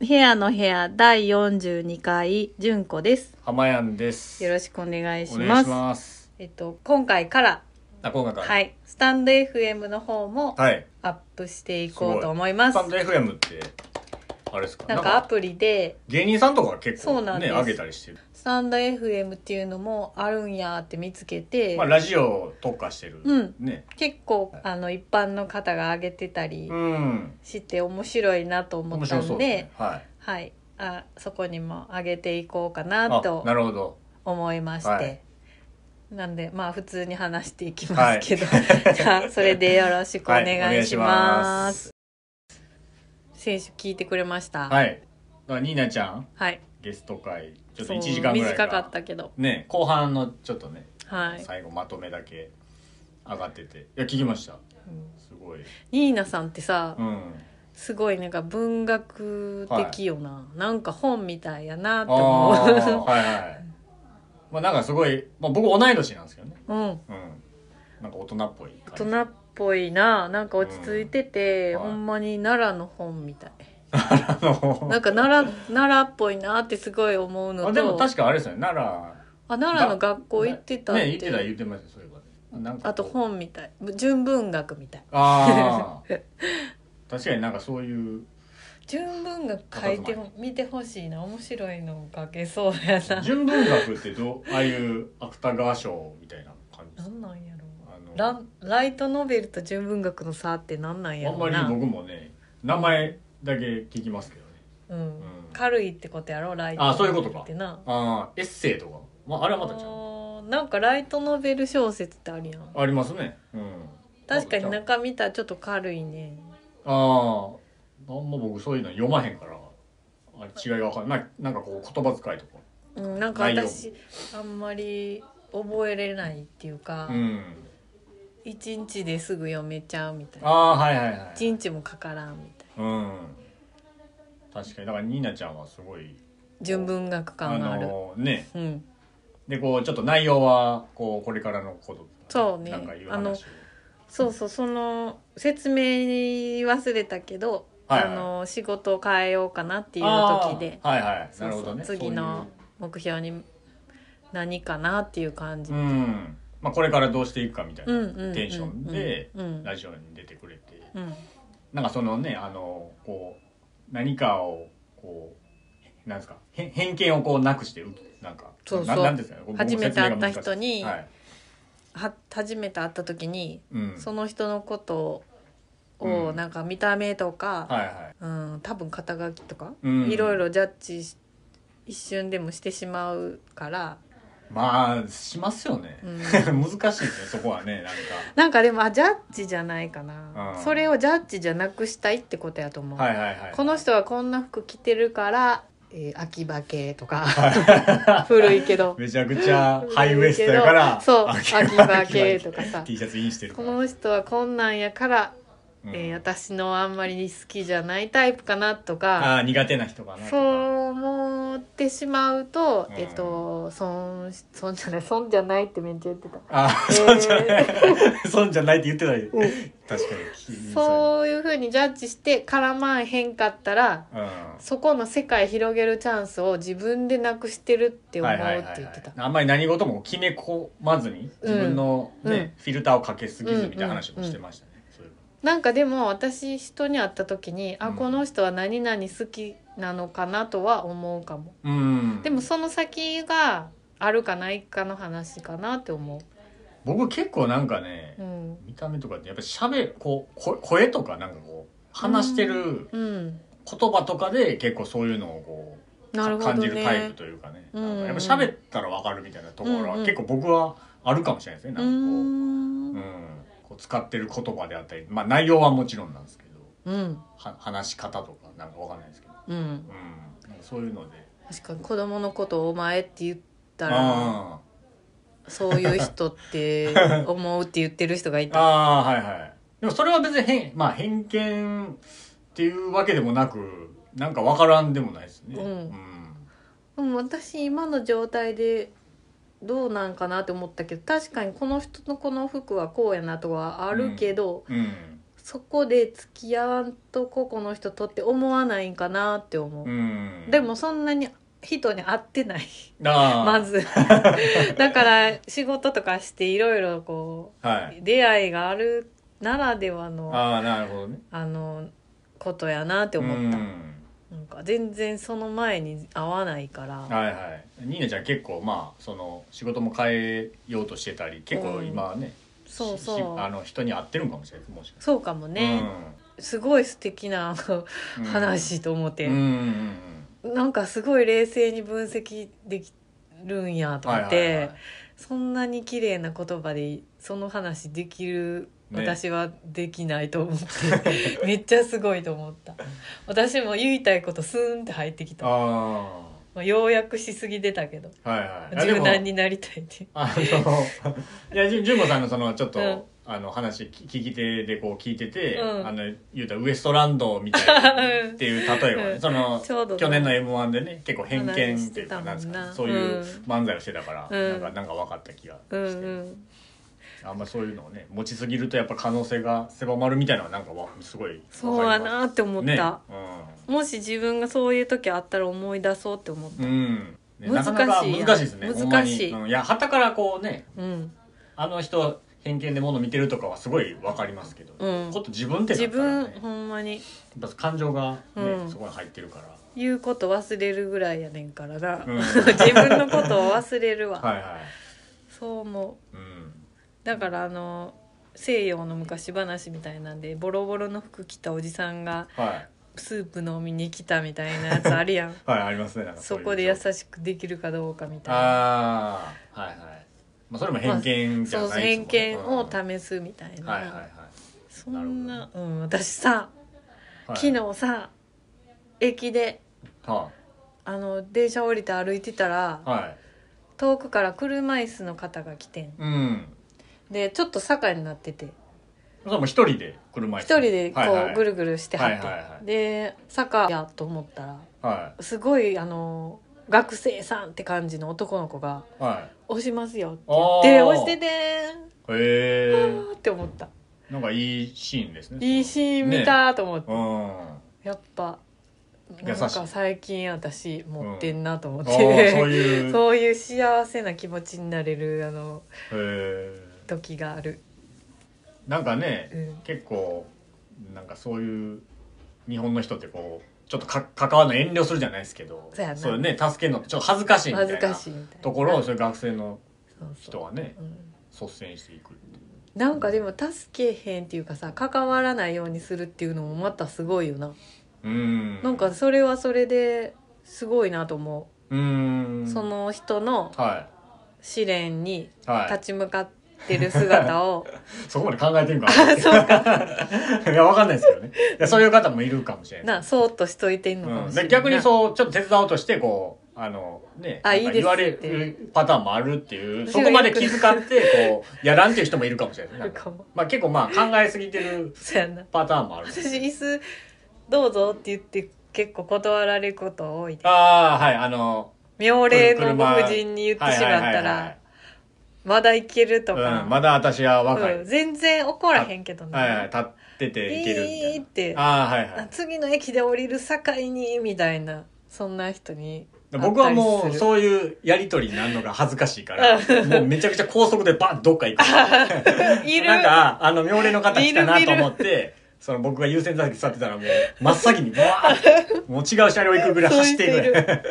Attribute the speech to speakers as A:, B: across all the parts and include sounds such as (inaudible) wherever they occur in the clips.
A: 部屋の部屋第42回純子です
B: 浜やんです。
A: よろ
B: し
A: しくお願いし
B: お
A: ま
B: 願
A: す
B: いします。
A: えっと今回から
B: あ、今回から。。
A: はいいスタンド FM の方も
B: はい。
A: アップしていこうと思います
B: スタンド FM って、あれですか
A: なんかアプリで
B: 芸人さんとかが結
A: そう
B: 構
A: なんで
B: ね、
A: す
B: 上げたりしてる。
A: スタンド FM っていうのもあるんやって見つけて、
B: まあ、ラジオ特化してる。
A: うん
B: ね。
A: 結構あの一般の方が上げてたり
B: うん。
A: して面白いなと思
B: 面
A: った
B: 白
A: んで
B: そうですね。はい。
A: はいあそこにも上げていこうかな
B: あ、
A: と
B: なるほど。
A: 思いまして、
B: はい
A: なんでまあ普通に話していきますけど、 (laughs) じゃあそれでよろしくお
B: は
A: 願いし
B: お願
A: ま
B: いし
A: す。選手聞いてくれました。
B: ます
A: い、
B: はい。だからニーナちゃん、
A: はい、
B: ゲスト会、ちょっと
A: そう
B: 1時間ぐらい
A: 短かったけど、
B: ね、後半のちょっとね、
A: はい。
B: 最後まとめだけ上がってて。いや、聞きました。
A: うん
B: すごい。
A: ニーナさんってさ、
B: うん。
A: すごいなんか文学的よな、なんか本みたいやなと
B: あー
A: 思
B: はいはい。まあなんかすごい、まあ僕同い年なんですけどね。
A: (laughs) う。うん、
B: うん。なんか大人っぽい
A: 大
B: 感じ。
A: 人っぽいな、なんか落ち着いてて、
B: うんはい
A: ほんまに奈良の本みたい。
B: (laughs) あの
A: なんか奈良、奈良っぽいなってすごい思うのと。
B: あでも確かあれですよね、奈良。
A: あ奈良の学校行ってたって
B: ね、行ってた言ってましたよ、そういえばね。なんか
A: あと
B: こう。
A: 本みたい純文学みたい
B: ああ。 (laughs) 確かになんかそういう、
A: 純文学書いてほ見てほしいな面白いの書けそうやな
B: 純文学ってどう、ああいう芥川賞みたいな感じです
A: なん
B: か
A: なんやろ
B: あ
A: ランライトノベルと純文学の差ってなんなんや
B: の、あん
A: ろ
B: まり
A: な、
B: 僕もね、名前だけ聞きますけどね。
A: うん
B: ん
A: 軽いってことやろライト
B: あそういうことか
A: ってな
B: ああ、エッセイとか。まああれ
A: あ
B: はまたちゃう。
A: ーなんかライトノベル小説ってあるやん
B: ありますね。うん。
A: 確かに
B: なん
A: 中見たらちょっと軽いね
B: ああ、あんま僕そういうの読まへんから、あれ違いがわかんない。ななんかこう言葉遣いとか。
A: うん、なんか
B: 内容
A: 私あんまり覚えれないっていうか
B: うん。
A: 一、日ですぐ読めちゃうみたいな
B: ああ、はいはいは
A: 一
B: い。
A: 日もかからんみたいな
B: うん。確かに。だからニーナちゃんはすごい。
A: 純文学感がある、
B: のね。
A: うん
B: で、こう、ちょっと内容は、こう、これからのこと。
A: そうね
B: なんかいう
A: あの
B: 話を。
A: そうそうその説明忘れたけど、
B: はいはい
A: あの仕事を変えようかなっていう
B: あ
A: 時で
B: あはいはい。
A: そう
B: なる
A: そう
B: ほどね。
A: 次の目標に何かなっていう感じ、
B: そういう。うん。まあ、これからどうしていくかみたい
A: うんうんうんう
B: なんテンションで
A: うん、
B: ラジオに出てくれて。
A: うん
B: なんかそのねあのこう何かをこうなんですかへ偏見をこうなくしてうなんか
A: そうそう
B: ななんですかね僕も
A: 初めて
B: 説明
A: 会
B: が
A: った
B: 難しい
A: 人に、
B: はい
A: は初めて会った時に、
B: うん、
A: その人のことを、
B: うん
A: なんか見た目とか、
B: はいはい、
A: うん、多分肩書きとか、
B: うん
A: いろいろジャッジし一瞬でもしてしまう
B: (laughs)
A: から、
B: まあしますよね
A: う、ん
B: (laughs) 難しいですねそこはねなんか
A: なんかでもあジャッジじゃないかな、
B: うん
A: それをジャッジじゃなくしたいってことやと思う、
B: はいはいはい
A: この人はこんな服着てるから、えー秋葉系とか古いけど
B: (laughs) めちゃくちゃハイウエストやから
A: そう秋葉
B: 秋
A: 系とかさ
B: (laughs) T シャツインしてるか
A: こ
B: ら
A: の人はこんなんやから、
B: うん
A: えー私のあんまり好きじゃないタイプかなとか
B: あー苦手な人かなとか
A: そう思ってしまうと、
B: うん
A: えっ、と損し損じゃない損じゃないってめっちゃ言ってた
B: あー、そうじゃ
A: (laughs)
B: ないそうじゃないって言ってない、
A: うん
B: 確かに聞い
A: そういうふうにジャッジして絡まんへんかったら
B: う、うん、
A: そこの世界広げるチャンスを自分でなくしてるって思うって言ってた。
B: あんまり何事も決め込まずに
A: うん
B: 自分の、
A: う
B: ね
A: ん
B: フィルターをかけすぎずみたいな話もしてましたね、そうい
A: なんかでも私人に会った時に、あ
B: うん
A: この人は何々好きなのかなとは思うかも。
B: えばうん
A: でもその先があるかないかの話かなって思
B: 僕結構なんかね
A: う。う、ん。
B: 見た目とかってやっぱり喋るこうこ声とかなんかこう話してる
A: うん。
B: 言葉とかで結構そういうのをこう、
A: なるほど
B: 感じ
A: ね。
B: るタイプというかね、
A: うんうん
B: なんかやっぱ喋ったらわかるみたいなところ
A: うん
B: は
A: うん
B: 結構僕はあるかもしれないですね、
A: うー。
B: なんかこう,、うんん、こう使ってる言葉であったりまあ内容はもちろんなんですけど
A: うん。
B: は話し方とかなんかわかんないですけど。
A: うん。
B: うんなんかそういうので。
A: 確かに子供のことをお前って言ったら、
B: あ
A: そういう人って思うって言ってる人がい
B: ー
A: た。
B: あー、はいはい。でもそれは別に偏、まあ偏見っていうわけでもなく、なんかわからんでもないですね。
A: うんうん、私今の状態でどうなんかなって思ったけど確かにこの人のこの服はこうやなとはあるけど、
B: うん。うん。
A: そこで付き合わんとここの人とって思わないんかなって思う、
B: うん
A: でもそんなに人に会ってない
B: あー
A: ま
B: (laughs)
A: ずだから仕事とかしていろいろこ
B: は
A: う
B: い
A: 出会いがあるならではのあ
B: ああなるほどね
A: のことやなって思った、
B: うん
A: なんか全然その前に会わないから
B: はいはいニーナちゃん結構まあその仕事も変えようとしてたり結構今はね、
A: そう
B: し
A: そう
B: あの人に合ってるんかもしれないもしかし
A: そうかも
B: たら
A: ね、すごい素敵なあの
B: うん
A: 話と思っ
B: う
A: て、
B: んうんうん
A: なんかすごい冷静に分析できるんやと
B: は
A: 思
B: い
A: っ
B: は
A: て、
B: いはい
A: そんなに綺麗な言葉でその話できる
B: ね
A: 私はできないと思って、
B: (laughs)
A: めっちゃすごいと思った私も言いたいことスーンって入ってきた
B: あ
A: まあ、ようやくしすぎてたけど
B: あはいはいあで
A: 柔
B: も
A: 軟になりたいって
B: あの (laughs) いやじゅんこさんのそのちょっと、
A: うん
B: あの話き聞き手でこう聞いてて、
A: うん
B: あの言うたらウエストランドみたいなっていう例えばね、
A: うん
B: その
A: (laughs) ちょうど
B: 去年の m 1でね結構偏見
A: 話し
B: って
A: て
B: いう
A: た
B: か
A: もん
B: な
A: なん
B: ですかねそういううん漫才をしてたから、
A: うん
B: なんかなんか分かった気がして、
A: うんうん
B: あんまそういうのをね持ちすぎるとやっぱ可能性が狭まるみたいなのはなんかわすごい
A: そうや
B: わか
A: なって思っ
B: り
A: た
B: ま、すね
A: もし自分がそういう時あったら思い出そうって思っ
B: うん、うんね
A: 難しい
B: なかなか難しいですねほんまに
A: 難しい
B: うん、いや旗からこうね
A: たうん
B: あの人は偏見で物見てるとかはすごい分かりますけど、
A: うん
B: こと自分ってな
A: 自
B: ったら、
A: 分
B: ね、
A: ほんまに
B: やっぱ感情が、ね
A: うん
B: そこに入ってるから
A: 言うこと忘れるぐらいやねんからな、
B: う
A: (laughs)
B: ん
A: 自分のことを忘れるわ、
B: はいはい
A: そう思う
B: うん
A: だからあの西洋の昔話みたいなんでボロボロの服着たおじさんが
B: はい
A: スープ飲みに来たみたいなやつある
B: (laughs)
A: やん
B: はいありますねなんか
A: そう
B: いう
A: こで
B: 情
A: 優
B: 報
A: しくできるかどうかみたいな
B: ああはいはい、まあ、それも偏見じゃ
A: そう
B: ないです
A: 偏
B: もんね
A: 見を
B: うん
A: 試すみたいな、
B: はいはいはい、
A: そんな
B: なる
A: うん、私さ
B: はい、
A: 昨日さ駅で
B: は
A: あの電車降りて歩いてたら
B: い、はい、
A: 遠くから車椅子の方が来てん
B: うん
A: でちょっと坂になってて
B: それも一人で車椅
A: 一人
B: 子
A: でこ
B: はいはいう
A: ぐるぐるしてはって、
B: はいはいはい
A: で坂やと思ったら
B: は
A: すごいあの学生さんって感じの男の子が
B: いは
A: 「押しますよ」って言って「
B: あー
A: 押してて
B: いへ
A: ー
B: え
A: ん」って思った
B: なんかいいシーンですね
A: いいシーン見たと思って、
B: う
A: (laughs)
B: んあ
A: やっぱな
B: 優
A: ん
B: しい
A: か最近私持ってんなと思っ
B: あ
A: て、
B: そういうへ
A: そういう幸せな気持ちになれるあの
B: え
A: 時がある、
B: なんかね、
A: うん
B: 結構なんかそういう日本の人ってこうちょっとか関わるの遠慮するじゃないですけど
A: そうやな
B: れね助けるのってちょっと恥ずかしいみたい
A: 恥ずか
B: な
A: しいみたいな
B: ところをそういう学生の
A: そうそう
B: 人はね
A: うん
B: 率先していくっていう
A: なんかでも助けへんっていうかさ関わらないようにするっていうのもまたすごいよな、
B: うん
A: なんかそれはそれですごいなと思
B: うん
A: う、その人の
B: は
A: 試練に
B: いは
A: 立ち向かってる姿を、
B: いそこまで考えてるか
A: あそうか
B: (laughs) いやわかんないですけどねいやそういう方もいるかもしれない
A: (laughs) なそうっとしといてんのか
B: う
A: も
B: ん、
A: しれな
B: で
A: い、
B: 逆にそうちょっと手伝おうとしてこうあのね
A: あ
B: なんか
A: いい
B: 言わ
A: で
B: れ
A: すって
B: るパターンもあるっていう
A: 私
B: そ
A: が
B: こまで
A: よく
B: 気遣ってこうやらんっていう人もいるかもしれない
A: い
B: なん
A: る
B: か
A: (laughs) かも
B: まあ、結構まあ考えすぎてる
A: そうやんな
B: パターンもある
A: 私椅子どうぞって言って結構断られること多いで
B: ああはいあの
A: 妙齢のご
B: 車
A: 婦人に言ってしまった
B: はいはい
A: らまだいけると
B: はいはい
A: か、
B: うん、まだ私は若い、
A: うん全然怒らへんけどね、
B: はいはい立ってていけるみたい
A: いいっ
B: な
A: て
B: ああはいは
A: あ
B: い
A: 次の駅で降りる境にみたいなそんな人に
B: 僕はも
A: あったり
B: う
A: する
B: そういうやりとりになるのが恥ずかしいからもうめちゃくちゃ高速でバンどっか行く
A: (laughs) いる
B: なんかあの妙齢の方来たなと思ってその僕が優先座席座ってたらもう真っ先にブワーってもう違う車両行くぐらい走っていくぐらい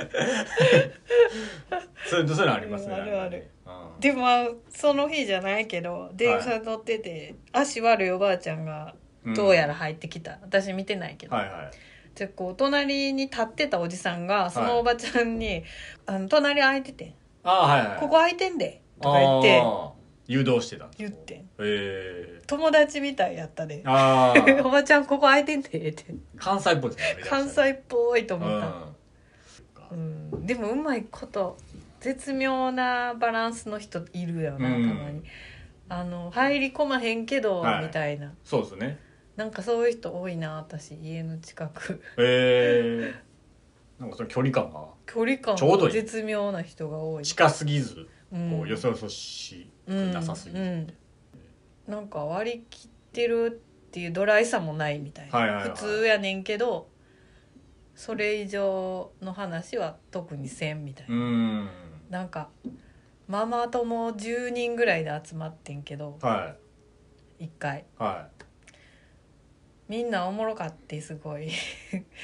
B: (laughs) そういうそういうのありますね
A: うん (laughs) あるある
B: なんかねうん
A: でもその日じゃないけど電車乗ってて、足悪いおばあちゃんがどうやら入ってきた、私見てないけど、
B: はいはい
A: でこう隣に立ってたおじさんがそのおばちゃんに「あの隣空いてて
B: ああはいはい
A: ここ空いてんで」とか言って
B: ああ誘導してた
A: 言ってん
B: え
A: 友達みたいやったで
B: えあ
A: (laughs) お
B: あ
A: ばちゃんここ空いてんで」って
B: 関西っぽいですねめちゃくちゃね
A: 関西っぽいと
B: う
A: 思った、
B: ん
A: うん、でもうまいこと絶妙なバランスの人いるよなた
B: うん
A: まに、あの入り込まへんけど、
B: はい
A: みたいな
B: そうですね
A: なんかそういう人多いな私家の近く (laughs)
B: ええなんかその距離感が
A: 距離感
B: ちょうどいい
A: 絶妙な人が多い
B: 近すぎず
A: うん
B: こうよそよそしくなさすぎ
A: うん
B: ず
A: うんなんか割り切ってるっていうドライさもないみたいな、
B: はいはいはい
A: 普通やねんけどそれ以上の話は特にせんみたいな、
B: うん
A: なんかママ友10人ぐらいで集まってんけど
B: は
A: 1回
B: いは
A: みんなおもろかってすごい
B: い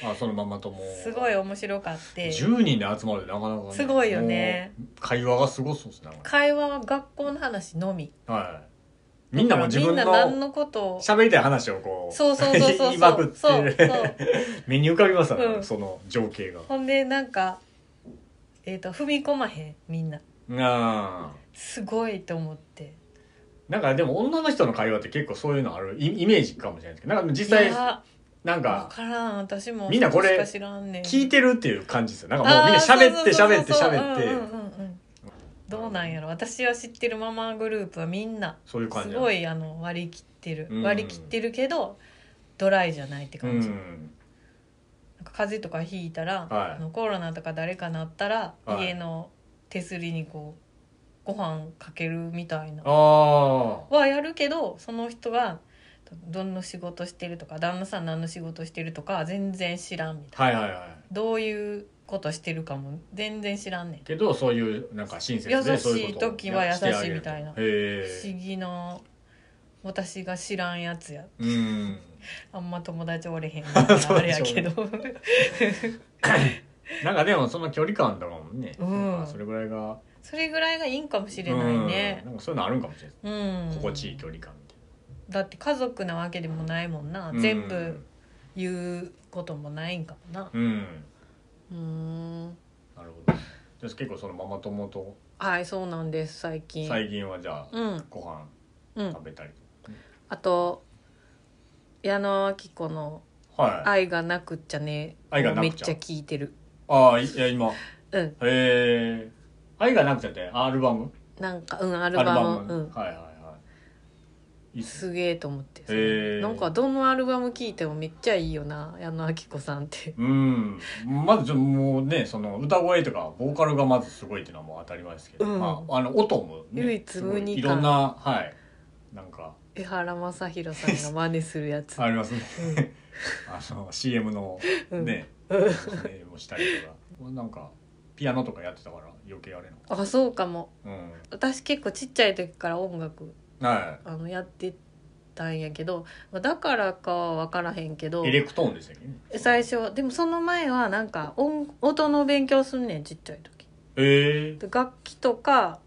B: あそのままとも
A: すごい面白かって
B: 10人で集まるってなかなか、ね、
A: すごいよね
B: もう会話がすごそうですね
A: 会話は学校の話のみ
B: はいみんなも自分
A: だからみんな何
B: の
A: のことを
B: 喋りたい話をこう
A: そうそうそうそう
B: (laughs) 言いまくっ
A: そ
B: て
A: う
B: る
A: そう
B: 目に浮かびますね、
A: うん
B: その情景が
A: ほんでなんか、えー、と踏み込まへんみんな
B: あ
A: すごいと思って
B: なんかでも女の人の会話って結構そういうのあるイイメージかもしれないですけどなんか
A: い
B: 実際
A: や
B: な
A: 分
B: んか
A: からん私も
B: みんなこれ
A: そしか知らんねん
B: 聞いてるっていう感じですよなんか (laughs) もう
A: あ
B: みんな
A: ーそう
B: 喋って
A: そうそう
B: 喋って
A: そう
B: 喋って
A: うんうんうんうんどうなんやろ私は知ってるママグループはみんな
B: そういう感
A: す
B: じ
A: ごいあの割り切ってる、
B: うん
A: 割り切ってるけどドライじゃないって
B: う
A: 感じ、
B: ん
A: なんか風邪とかひいたら、
B: はい
A: あのコロナとか誰かなったら、
B: はい
A: 家の手すりにこうご飯かけるみたいな
B: あ
A: はやるけどその人がどんな仕事してるとか旦那さん何の仕事してるとか全然知らんみたい
B: あはいはいはい
A: などういうことしてるかも全然知らんねん
B: けどそういうなんか親切で
A: 優しい
B: そういうことを
A: 時は優しい
B: てあげる
A: みたいな
B: へ
A: 不思
B: え
A: 議な私が知らんやつや
B: うん
A: あんま友達おれへんから
B: (laughs) そう
A: あれ
B: で
A: や
B: しょ
A: け
B: うね
A: ど (laughs)
B: なんかでもその距離感とかもね、
A: うん
B: なんかそれぐらいが
A: それぐらいがいいんかもしれないね
B: うんなんかそういうのあるんかもしれない、
A: うん
B: 心地いい距離感みたい
A: だって家族なわけでもないもんな
B: な
A: 全部言うこともないんかもな
B: うん、うん
A: うん
B: なるほどです結構そのママ友と
A: はいそうなんです最近
B: 最近はじゃあ
A: うん
B: ご飯
A: うん
B: 食べたりと
A: あと矢野明子の「
B: か、はい
A: 愛がなくっちゃね」
B: 愛がな
A: め
B: く
A: っ
B: ちゃ
A: ちゃ聞いてる
B: ああいや今へ
A: うん
B: え愛がなくちゃってアルバム
A: なんかうんアルバムうん、
B: はいはいはいいいっす
A: す
B: ね
A: げえと思って、
B: へえ
A: なんかどのアルバム聴いてもめっちゃいいよな矢野明子さんって (laughs)
B: うんまずちょもうねその歌声とかボーカルがまずすごいっていうのはもう当たり前ですけど、
A: うん
B: まあ、あの音も、ね、
A: 唯一
B: すご
A: 無二
B: い
A: 感
B: いろんなはいなんか
A: 江原正宏さんが真似するやつ、
B: ありますね (laughs) あの CM の
A: うん
B: ね、
A: うん
B: ねもしたりとかなんかピアノとかやってたから余計あれの
A: あそうかも
B: うん
A: 私結構ちっちゃい時から音楽
B: は
A: あのやってたんやけどまあだからかは分からへんけど
B: いエレクトーンでしたっけね
A: 最初でもその前はなんか音音の勉強すんねんちっちゃい時
B: ええ
A: で楽器とか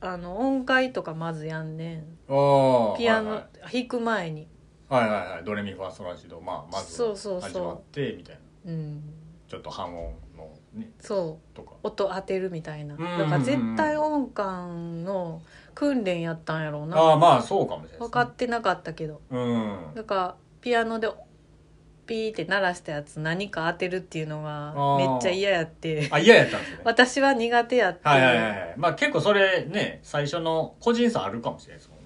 A: あの音階とかまずやんねん
B: ああ
A: ピアノ、
B: はい
A: 弾く前に
B: はい、はいはいはいドレミファソラシドまあまず
A: そうそうそう
B: 始まってみたいな
A: うん
B: ちょっと半音のね
A: そう
B: とか
A: 音当てるみたいな
B: うんうんうん
A: だから絶対音感の訓練やったんやろう
B: ああ
A: な
B: まあそうかもしれないですね
A: 分かってなかったけど
B: うん
A: だからピアノでピーって鳴らしたやつ何か当てるっていうのが
B: あ
A: め
B: ー
A: っちゃ嫌やって
B: (laughs) あ嫌やったんですね
A: 私は苦手やって、
B: はいはいはいはいまあ結構それね最初の個人差あるかもしれないですもんね、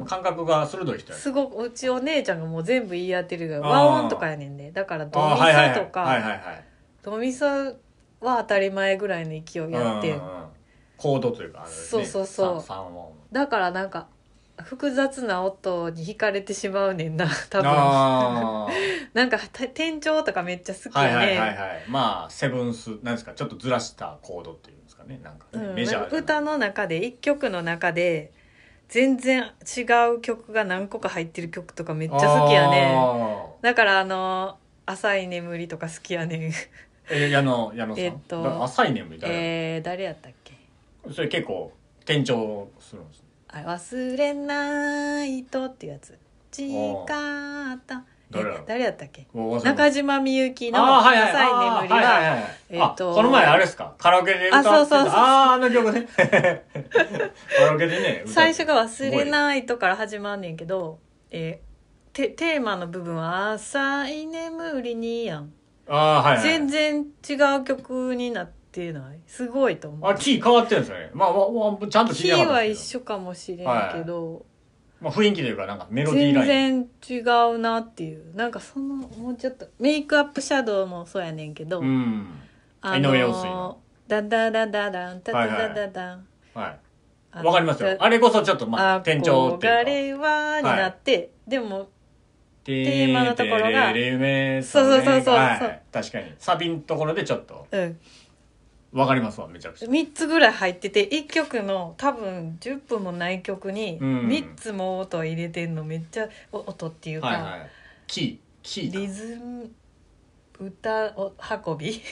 A: うん
B: 感覚が鋭い人や
A: すごくうちお姉ちゃんがもう全部言い当てるが
B: あー
A: 和音とかやねんでだからド
B: ああ
A: ミソと
B: はいはい
A: か
B: はいはいはい
A: ドミソは当たり前ぐらいの勢いやって
B: うん
A: ん
B: うんうんコードというかあのね
A: そうそうそう
B: 三三音
A: だからなんか複雑な音に惹かれてしまうねんな多分
B: あ
A: なんかた転調とかめっちゃ好き
B: あはいはいはい
A: ね
B: はいまあセブンスなんですかちょっとずらしたコードっていうんですかねなんか
A: う
B: ね、
A: ん
B: メジャーじゃない
A: 歌の中で一曲の中で全然違う曲が何個か入ってる曲とかめっちゃ好きやね
B: あ
A: だからあの「浅い眠り」とか好きや
B: (laughs)
A: ねん
B: ーえ矢野矢野さん、
A: えっと
B: だから浅いねみたいな、
A: えー、誰やったっけ
B: それ結構転調するんですね
A: あれ忘れないとっていうやつ誓ったえ
B: 誰やろ
A: 誰やったっけ
B: お忘れ物
A: 中島みゆきの
B: あー
A: 浅
B: はいいは
A: 眠
B: い
A: り
B: あーはい
A: は
B: はいはい
A: えーと
B: あこの前あれですかカラオケで歌ってた
A: あそうそうそう
B: あーあの
A: (laughs)
B: 曲ねカラオケでね歌って
A: 最初が忘れないとから始まんねんけど、えーてテーマの部分は浅い眠りにやん。
B: あーはい、はい、
A: 全然違う曲になってない。すごいと思う
B: あ。キー変わってるんですよねまあ、まあ、ちゃんと聞い
A: キ
B: て
A: ー
B: なかった
A: は
B: で
A: 一
B: すけ
A: 緒かもしれんけど、
B: ど、まあ、雰囲気というかなんかメロディーライン
A: 全然違うなっていう。なんかその、もうちょっと、メイクアップシャドウもそうやねんけど、
B: うん
A: あ
B: 井上陽水の
A: ダダダダダン、ダダダダダン。
B: は
A: あ
B: い
A: の
B: わかりますよあれこそちょっとまあ転調っていうか
A: 憧れはになって、でもテーマのところが
B: テレレメ
A: そうそうそうそうそう
B: はい確かに。サビのところでちょっと、
A: うん、
B: わかりますわ、めちゃくちゃ。
A: 3つぐらい入ってて1曲の多分10分もない曲に
B: うん
A: 3つも音入れてんのめっちゃお音っていうか、
B: はいはい。キー、キー
A: リ
B: か。
A: ズム歌を運び
B: うん。
A: (laughs)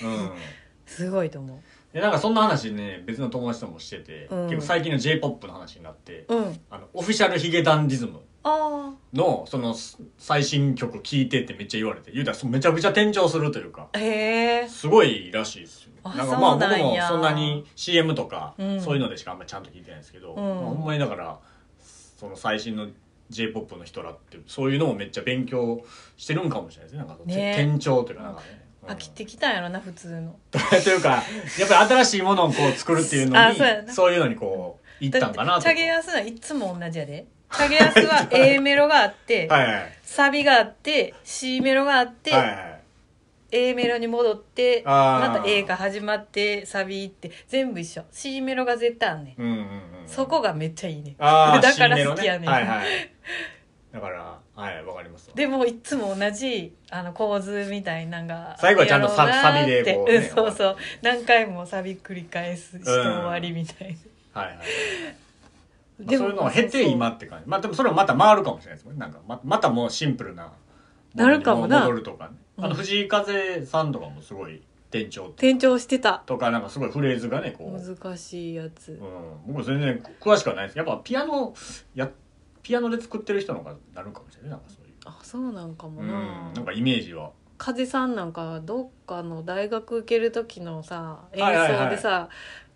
A: すごいと思
B: で、なんかそんな話ね、別の友達ともしてて、
A: うん
B: 結構最近の J-POP の話になって、
A: ううん
B: あの、オフィシャルヒゲダンディズム
A: あ
B: の、その、す最新曲聴いてってめっちゃ言われて、言うたらそめちゃくちゃ転調するというか、
A: あへえ
B: すごいらしいですよね。
A: あ
B: なんかまあ
A: そうな
B: 僕
A: ん
B: も
A: や
B: そんなに CM とか、
A: うん
B: そういうのでしかあんまちゃんと聞いてないんですけど、
A: ん
B: まあほんまにだから、その最新の J-POP の人らって、そういうのもめっちゃ勉強してるんかもしれないですね。なんか、
A: ね
B: 転調というかなんかね。うん
A: 飽きてきたんやろな普通の
B: (laughs) というか、やっぱり新しいものをこう作るっていうの
A: あ
B: に
A: そうや、な
B: そういうのにこう、いったんか
A: だっ
B: なと
A: て
B: か。
A: チャゲアスはいつも同じやで
B: (laughs)
A: チャゲアスは A メロがあって、
B: はいはい。
A: サビがあって C メロがあって、
B: はいはい。
A: A メロに戻って
B: あー
A: また A が始まってサビ行って全部一緒 C メロが絶対あんねん、
B: うんうんうん。
A: そこがめっちゃいいねん
B: あー
A: だから
B: 新メロ
A: 好きやねん
B: はいはい。だから、はい、わかりますわ。
A: でもいつも同じあの構図みたいなんが
B: 最後はちゃんとサ
A: やろうなー
B: サビでこうね
A: ってんそうそう何回もサビ繰り返すして終わりみたい
B: はいはい。
A: な、
B: まあそういうのを経て今って感じ。まあでもそれもまた回るかもしれないですもんね。なんか、ままたもうシンプルな。
A: なるかもな
B: 戻るとかね。あ
A: うん
B: の、藤井風さんとかもすごい、転調
A: 転調してた
B: とか、なんかすごいフレーズがね、こう。
A: 難しいやつ
B: うん、僕全然詳しくはないですやっぱピアノやピアノで作ってる人の方がなるかもしれないなんかそういう、
A: あそうなんかも
B: うん、
A: な
B: なんかイメージは
A: 風さんなんかどっかの大学受ける時のさ演
B: はいはいはい
A: 奏でさ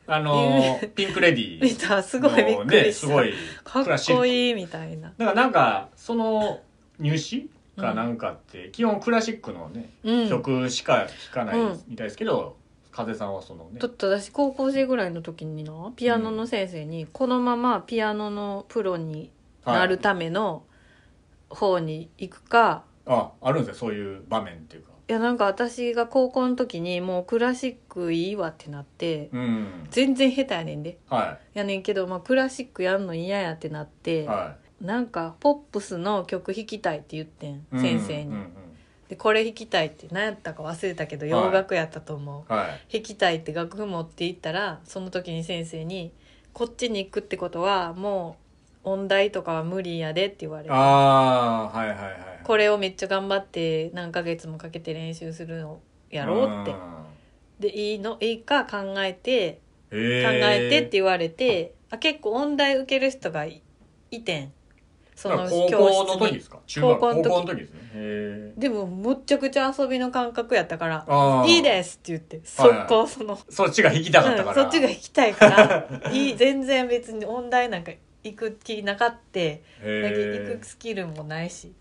B: あの
A: (laughs)
B: ーピンクレディ
A: 見たらすごいびっ
B: の
A: く
B: ね
A: りし
B: す
A: た、
B: ごい
A: かっ
B: クラシッ
A: こ
B: ク
A: いいみたいな
B: だからなんかその入試か
A: うん
B: なんかって、基本クラシックのね、
A: うん
B: 曲しか聴かない
A: うん
B: みたいですけど、風さんはそのね
A: ちょっと私高校生ぐらいの時になピアノの先生に、このままピアノのプロになるための方に行くか、
B: ああるんですよそういう場面っていうか
A: い、やなんか私が高校の時にもうクラシックいいわってなって、
B: うん
A: 全然下手やねんで
B: は
A: やねんけど、まあ、クラシックやんの嫌やってなって、
B: いは
A: なんかポップスの曲弾きたいって言ってん
B: い
A: 先生に、
B: うんうんうん
A: でこれ弾きたいって何やったか忘れたけど
B: はい
A: 洋楽やったと思う、
B: はい
A: 弾きたいって楽譜持って行ったらその時に先生に「こっちに行くってことはもう音大とかは無理やで」って言われて
B: ああーはいはいはいはい
A: これをめっちゃ頑張って何ヶ月もかけて練習するのやろうって
B: ん
A: でいいのいいか考えて
B: 考
A: 考えてって言われて、あ結構音大受ける人がいいてんその
B: 高
A: 教
B: 校
A: 室
B: の時で
A: に
B: すか中学
A: 高校の時
B: 高校の時ですねへえ
A: でもむっちゃくちゃ遊びの感覚やったから
B: あ
A: 「
B: あ
A: いいですす」って言って
B: はいはい
A: 速攻その
B: そっちが引きたかったから、
A: うん、そっちが
B: へ
A: 行きたいからいい全然別に音大なんか行く気なかってだけ行
B: え
A: くスキルもないし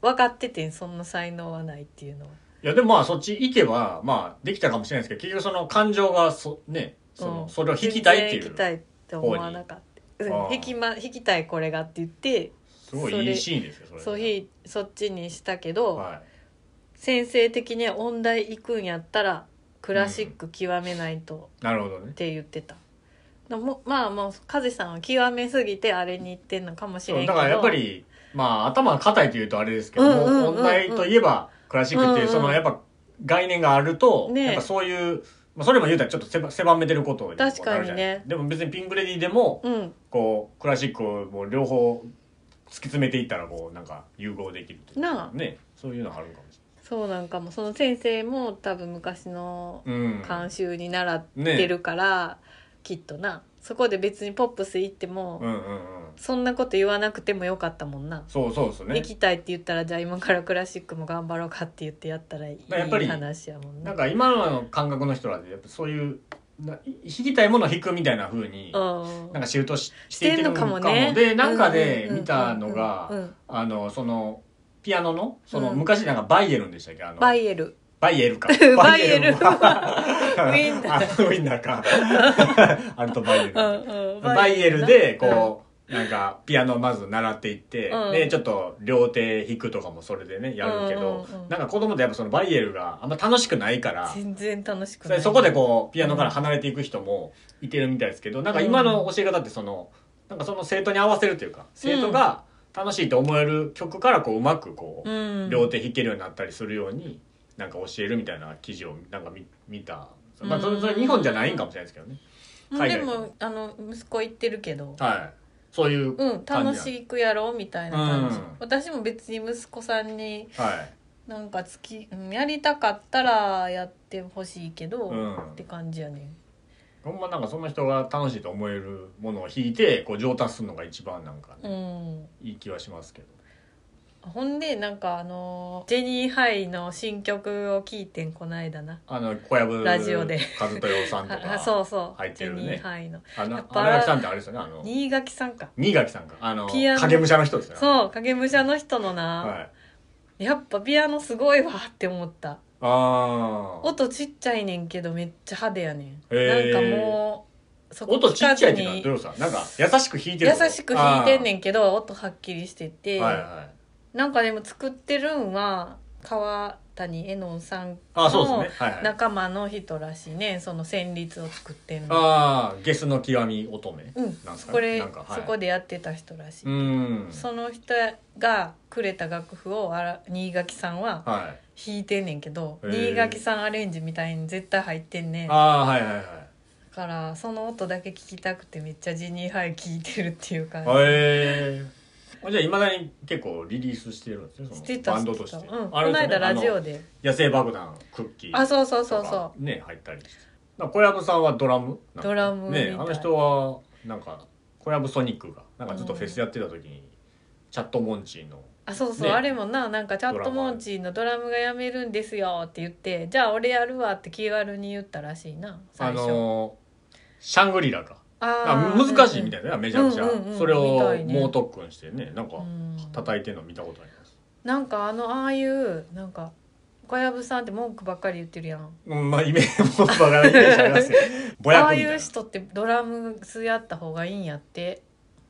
A: 分かっててそんな才能はないっていうのはい
B: やでもまあそっち行けばまあできたかもしれないですけど結局その感情がそねその、
A: うん
B: それを引きたいってい
A: 全然行
B: う
A: きたいって思わなかった、うん
B: ああ
A: 弾きま、弾きたいこれがって言って
B: すごいいいシーンですよそれ
A: そひそっちにしたけど、
B: は
A: 先生的には音大行くんやったらクラシック極めないと
B: いなるほど
A: っ
B: ね
A: て言ってた。でもまあもうカズさんは極めすぎてあれに行ってんのかもしれん
B: そ
A: け
B: うだ
A: ど
B: からやっぱりまあ頭が硬いというとあれですけども、
A: うんうんうんうん
B: 問題といえばクラシックって
A: うん
B: いう
A: うん
B: そのやっぱ概念があると、
A: ね
B: やっぱそういう、まあ、それも言うたらちょっと狭狭めてることにもなるじゃない
A: 確かにね
B: でも別にピンクレディーでも、
A: うん
B: こうクラシックをもう両方突き詰めていったらこうなんか融合できるという
A: なあ
B: ねそういうのあるかもし
A: そうなんかもその先生も多分昔の
B: れない、うん、
A: 監修に習ってるから、きっとなそこで別にポップス行っても、
B: うんうんうん
A: そんなこと言わなくてもよかったもんな、
B: そうそうですね
A: 行きたいって言ったらじゃあ今からクラシックも頑張ろうかって言ってやったらいい
B: やっぱり
A: 話やもん
B: な
A: なん
B: か今の感覚の人らでやっぱそういうな弾きたいものを弾くみたいな風に
A: うん
B: なんかシフトし
A: し
B: していってて
A: んの
B: るの
A: か
B: か
A: も
B: も
A: ね
B: でなんかで見たの
A: うんうん
B: が
A: うん
B: あのそのピアノのその
A: うん
B: 昔なんかバイエルンでしたっけあの
A: バイエル。
B: バイエルか
A: (laughs) バイエル
B: は
A: ウィンナー
B: あウィンナ
A: (laughs)
B: ーか。アルトバイエル。
A: うんうん
B: バイエルでこう、なんかピアノまず習っていって、
A: うん
B: でちょっと両手弾くとかもそれでねやるけど、
A: うんうんうん
B: なんか子供ってやっぱそのバイエルがあんま楽しくないから
A: 全然楽しく
B: そ
A: な
B: れ
A: い
B: そこでこうピアノから離れていく人もいてるみたいですけどなんか今の教え方ってそのなんかその生徒に合わせるというか生徒が楽しいと思える曲からこううまくこう、
A: うん
B: 両手弾けるようになったりするようになんか教えるみたいな記事をなんか見見た、まあ、それそれ日本じゃないんかもしれないですけどね、
A: うん
B: 海
A: で
B: 外
A: もあの息子言ってるけど
B: はい、そういう、
A: うん楽しくやろうみたいな感じ、
B: うん
A: 私も別に息子さんに
B: はい、
A: なんかつきうんやりたかったらやってほしいけど、
B: うん
A: って感じやね
B: ほんまなんかその人が楽しいと思えるものを弾いてこう上達するのが一番なんか、
A: う
B: ね
A: ん
B: いい気はしますけど
A: ほんでなんかあのジェニーハイの新曲を聴いてんこないだな
B: あの小籔
A: ラジオで
B: 和豊さん
A: (laughs)
B: と
A: あ
B: か
A: あそうそう、
B: 入っ
A: ジ
B: て
A: ェ
B: るね
A: ニーハイの
B: あの
A: やっぱ
B: 荒垣さんってあれですよねあの
A: 新垣さんか
B: 新垣さんがあの
A: ピアノ
B: 影武者の人ですよね
A: そう影武者の人のな、
B: はい
A: やっぱピアノすごいわって思った
B: ああ
A: 音ちっちゃいねんけどめっちゃ派手やねん
B: へー
A: なんかもうそ
B: 音ちっちゃいっていうのは
A: に
B: どういうことですかなんか優しく弾いてる
A: 優しく弾いてんね
B: ん
A: んけど音はっきりしてて、
B: はいはい
A: なんかでも作ってるんは川谷絵音さん
B: あーそう
A: の
B: ですねはいはい
A: 仲間の人らしいねその旋律を作ってんの
B: ああゲスの極み乙女
A: うん
B: なんですかね
A: これ、
B: なんかはい
A: そこでやってた人らしい、
B: うーん
A: その人がくれた楽譜をあら新垣さんは
B: はい
A: 弾いてんねんけど
B: へー
A: 新垣さんアレンジみたいに絶対入ってんねんだ
B: ああーはいはいはい
A: からその音だけ聞きたくてめっちゃジニーハイ聴いてるっていう感じ、
B: へえじゃあいまだに結構リリースしてるんですねその
A: してた
B: バンド
A: して
B: と
A: た
B: して、
A: うん、こ
B: あれ
A: の
B: ですよね
A: 間ラジ
B: あ
A: オ
B: の
A: で
B: 野生爆弾クッキー
A: あそうそうそ
B: と
A: うそ
B: かね入ったりしてだから小籔さんはドラムなんか
A: ドラムみたい
B: ねあの人はなんか小籔ソニックがなんかずっとフェスやってた時に、チャットモンチーの
A: うあそうそう、
B: ね
A: あれもななんかチャットモンチーのドラムがやめるんですよって言ってじゃあ俺やるわって気軽に言ったらしいな
B: あ
A: 最初、
B: のシャングリラか
A: あ
B: あ
A: ー
B: 難しいみ
A: い
B: たいなめちゃくちゃ、
A: うんうんうん
B: それ
A: みた
B: を
A: いね
B: 猛特訓してねなんか叩いてるの見たことあります、
A: なんかあのああいうなんか小籔さんって文句ばっかり言ってるやん
B: うん、まあイメージもバカなイメージあ
A: (laughs)
B: りますけどぼや
A: あ
B: く
A: あ
B: み
A: い
B: たいうな
A: 人ってドラムスやった方がいいんやって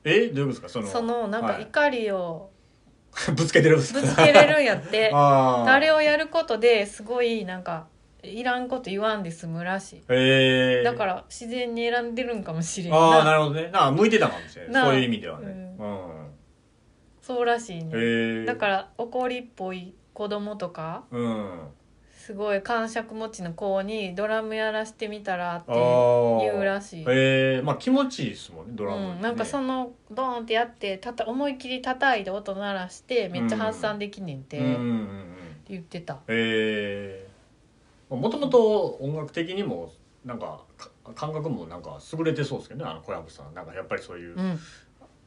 B: えどういうことですかその
A: そのなん
B: は
A: か
B: い
A: 怒りを
B: (laughs) ぶつけてるぶ
A: ぶつけれるんやって
B: (laughs) あー
A: あれをやることですごいなんかいらんこと言わんで済むらしい
B: へえ
A: だから自然に選んでるんかもしれん
B: ああな
A: な
B: るほどねなんか向いてたかもしれない
A: な
B: そういう意味ではね
A: う
B: う
A: そうらしい
B: ん
A: ね
B: へえ
A: だから怒りっぽい子供とから
B: うん
A: すごい感触持ちの子にドラムやらしてみたらって
B: ああ
A: 言うらしい
B: へえまあ気持ちいいですもんねドラム
A: うん、なんかそ
B: の
A: のドーンってやってたた思いっきり叩いて音鳴らしてめっちゃ発散できんねんて
B: うんうんう
A: って
B: ん
A: 言ってた、
B: へえもともと音楽的にもなんかか感覚もなんか優れてそうですけどねあの小籔さんなんかやっぱりそういう
A: うん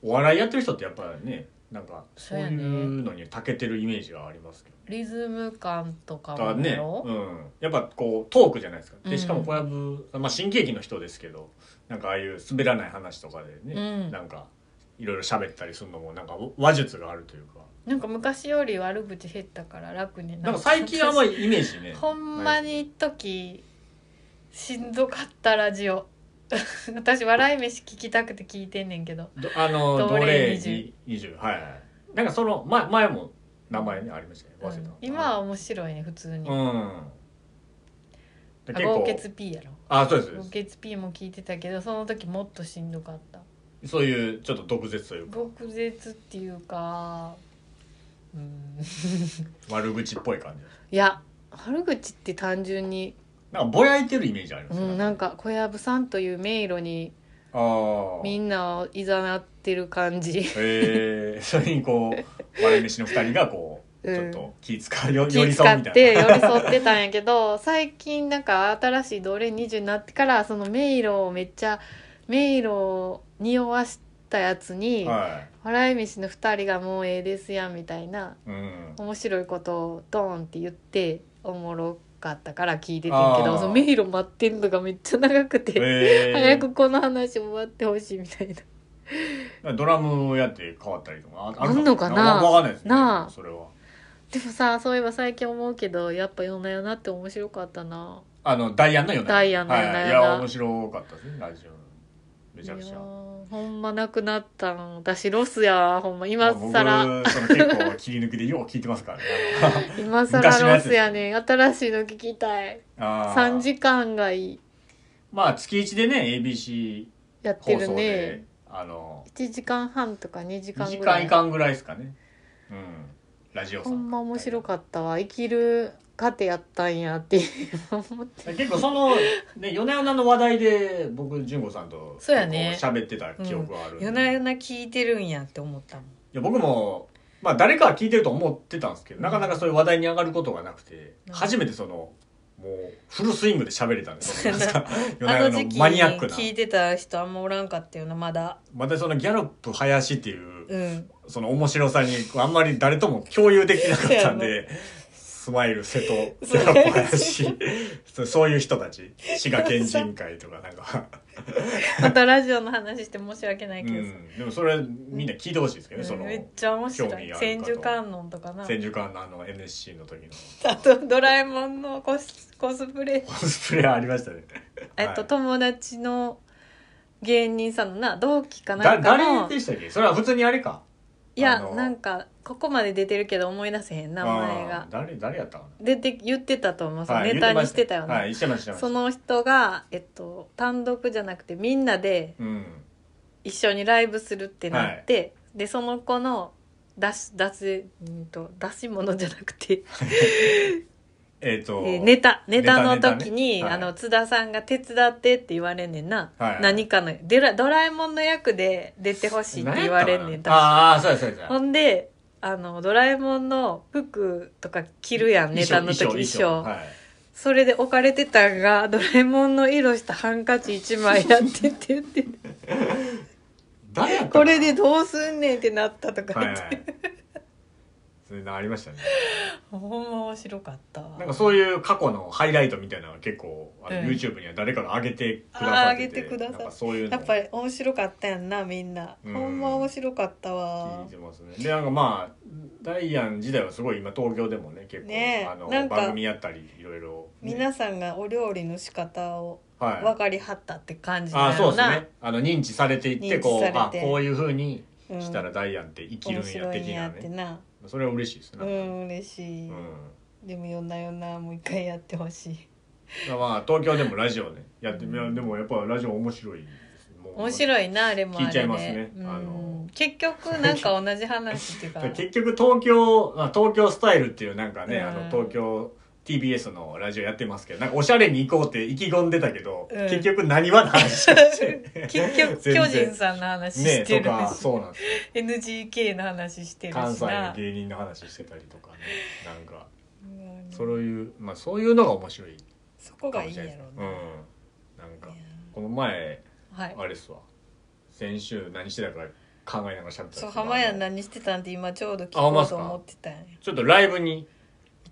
B: お笑いやってる人ってやっぱりねなんか
A: そ
B: そうう
A: や
B: い
A: ね
B: うのに長けてるイメージがありますけど
A: リズム感とか
B: だから
A: も
B: ね、
A: やろ、
B: うん、やっぱこうトークじゃないですか
A: うん
B: でしかも小籔さん、まあ、新喜劇の人ですけどなんかああいう滑らない話とかでね、
A: うん
B: なんかいろいろ喋ったりするのもなんか話術があるというか
A: なんか昔より悪口減ったから楽にな
B: な
A: ん
B: か最近あんまりイメージね
A: (laughs) ほんまに一時しんどかったラジオ (laughs) 私笑い飯聞きたくて聞いてんねんけど
B: どあの
A: 奴
B: 奴
A: 隷
B: 隷
A: 20
B: 20はいはいなんかその前前も名前ねありましたね忘れた、
A: うん今は面白いね普通に、あ
B: うんで
A: 豪
B: 結
A: 傑
B: 構
A: P やろ
B: あそうですそう
A: 豪
B: で
A: 傑 P も聞いてたけどその時もっとしんどかった
B: すそういうちょっと毒舌というか
A: 毒舌っていうかうん
B: 悪口っぽい感じ
A: いや悪口って単純に、
B: なんかぼやいてるイメージありま
A: う
B: すね
A: ん、なんか小籔さんという迷路に
B: あー
A: みんなをいざなってる感じ、
B: えー、 (laughs) それにこう笑い飯の二人がこう、
A: うん
B: ちょっと気使うよ寄
A: 気
B: り
A: 使
B: 添うみ
A: ったて
B: い
A: 寄り添ってたんやけど (laughs) 最近なんか新しい奴隷20になってからその迷路をめっちゃ迷路を匂わしたやつに、
B: な、は
A: 笑い飯の2人がもうええですやんみたいない
B: うん、
A: 面白いことをドーンって言っておもろかったから聞いててんけ
B: あ
A: ど
B: ー
A: その迷路待ってんのがめっちゃ長くて、
B: えー、
A: 早くこの話終わってほしいみたいな
B: ドラムをやって変わったりとかあ
A: あんのかな
B: わかんないですね
A: なあ
B: それは
A: でもさそういえば最近思うけどやっぱ「夜な夜な」って面白かったな
B: あのダイアンのような
A: ダイアンの夜な
B: はい、い
A: 夜な
B: や面白かったですねラジオめちゃく
A: い
B: ち
A: や
B: ゃ
A: ーほんまなくなったん私ロスやほんま今さら
B: 僕その結構切り抜きでよう聞いてますからね
A: (laughs) 今さ
B: 昔の
A: ら
B: や
A: ロ
B: つ
A: スやねん新しいの聞きたい
B: あのあー
A: 3時間がいい
B: まあ月一でね ABC
A: やって
B: 放
A: る
B: 送で
A: ね
B: あの
A: 1時間半とか2時間
B: 2時
A: ぐら
B: 間
A: い
B: いかんぐらいですかねうんラジオさ
A: ほ
B: ん
A: んま面白かったわ生きる糧やったんやって今思って
B: 結構そのね夜な夜なの話題で僕純子さんと
A: そうやね
B: 結構喋ってた記憶があるん
A: (laughs)
B: で、
A: 夜な夜な聞いてるんやって思ったもん
B: いや僕も、まあ、誰かは聞いてると思ってたんですけど、なかなかそういう話題に上がることがなくて、
A: うん
B: 初めてそのもうフルスイングで喋れたんですよ
A: そうやな
B: 夜
A: あ
B: な
A: の
B: 夜
A: 時
B: な
A: 期
B: の
A: に
B: マニアックな
A: 聞いてた人あんまおらんかったよなまだ
B: またそのギャロップ林っていう、 (laughs)
A: うん
B: その面白さにこうあんまり誰とも共有できなかったんで。スマイル瀬戸ギャロップ林そう (laughs) そういう人たち滋賀県人会とかなんか
A: またラジオの話して申し訳な
B: う
A: いけど、
B: ん、でもそれみんな聞いてほしいですけどね、その
A: めっちゃ面
B: 興
A: 白
B: 味
A: い
B: がある
A: 千
B: 方
A: 手観音とかな
B: 千住館のあの NSC の時の
A: あと (laughs) ドラえもんのコスコスプレ
B: コスプレありましたね。
A: えっと、
B: はい
A: 友達の芸人さんのな同期かな
B: だ
A: んか
B: 誰
A: の
B: でしたっけそれは普通にあれか。
A: いや
B: あの
A: なんかここまで出てるけど思い出せへん名前
B: あ
A: が
B: ー誰、誰やったか
A: 出て言ってたと思う、
B: な。はい
A: ネタにしてたよね、
B: はい、してました。
A: その人が、えっと、単独じゃなくてみんなで
B: うん。
A: 一緒にライブするってなって、でその子の出し出すうんと出し物じゃなくて、
B: えっと。
A: えーネタネタの
B: ネタね
A: 時に、
B: はい
A: あの津田さんが手伝ってって言われんねんな、
B: はい
A: 何かのでらドラえもんの役で出てほしいって言われんねん
B: 何やったか
A: 確か
B: なあーあー、そうやそうやそう
A: ほ
B: や。
A: んであのドラえもんの服とか着るやんネタの時衣装
B: はい。
A: それで置かれてたんがドラえもんの色したハンカチ1枚やってって言
B: (laughs)
A: って
B: 誰やったか
A: こ
B: な
A: れでどうすんねんってなったとか
B: は
A: 言
B: いは
A: っ
B: い
A: て、
B: はい。そういうのありましたね。
A: ほんま面白かったわ
B: なんかそういう過去のハイライトみたいなのが結構、あの
A: うん
B: YouTube には誰かが上げてくだ
A: あ
B: さ
A: ー
B: って
A: 上
B: て。
A: げてくださっ
B: なんかそういうの
A: やっぱり面白かったやんなみんな、
B: うん
A: ほんま面白かったわ
B: 聞いてますねでなんかまあダイアン時代はすごい今東京でもね結構、
A: ねえ
B: あの
A: なんか
B: 番組やったりいろいろね、
A: 皆さんがお料理の仕方を分
B: はい
A: かりはったって感じ
B: あ
A: な
B: あそう
A: の
B: です
A: な、
B: ねあの認知されていってこ
A: 認
B: う
A: 知されて
B: あこういうふうに
A: うん
B: したらダイアンって生きる
A: 面
B: んや
A: 白い
B: 的
A: んや
B: な
A: って
B: ね
A: な
B: それは嬉しいです
A: う
B: ね、
A: ん嬉しい、
B: うん
A: でもよなよなもう一回やってほしい
B: まあ東京でもラジオねやってみようでもやっぱラジオ面白いですもう
A: 面白いなあれもあれ、ね、
B: 聞いちゃいますね
A: うん
B: あの
A: 結局なんか同じ話
B: (laughs)
A: っていうか
B: 結局東京あ東京スタイルっていうなんかね、
A: うん
B: あの東京 TBS のラジオやってますけどなんかおしゃれに行こうって意気込んでたけど、
A: うん
B: 結局何は話して
A: (laughs) 結局
B: 全
A: 巨
B: 然
A: 人さんの話
B: ね
A: して
B: と
A: るし、(laughs)
B: かそうなんですよ
A: NGK の話してるしな
B: 関西の芸人の話してたりとかねなんか
A: うん
B: そういう、まあ、そういうのが面白い
A: そこ
B: か
A: がい
B: も
A: いん
B: し
A: や
B: れ
A: ろ
B: ないです
A: うな、い
B: ねうんなんか
A: や
B: この前
A: はい
B: あれっすわ先週何してたか考えながら喋ってたんですけ
A: そ
B: ど
A: う浜屋
B: あの
A: 何してたんって今ちょうど聞
B: あほんま
A: こ
B: っ
A: う
B: す
A: と
B: か
A: 思ってたんや
B: ちょっとライブに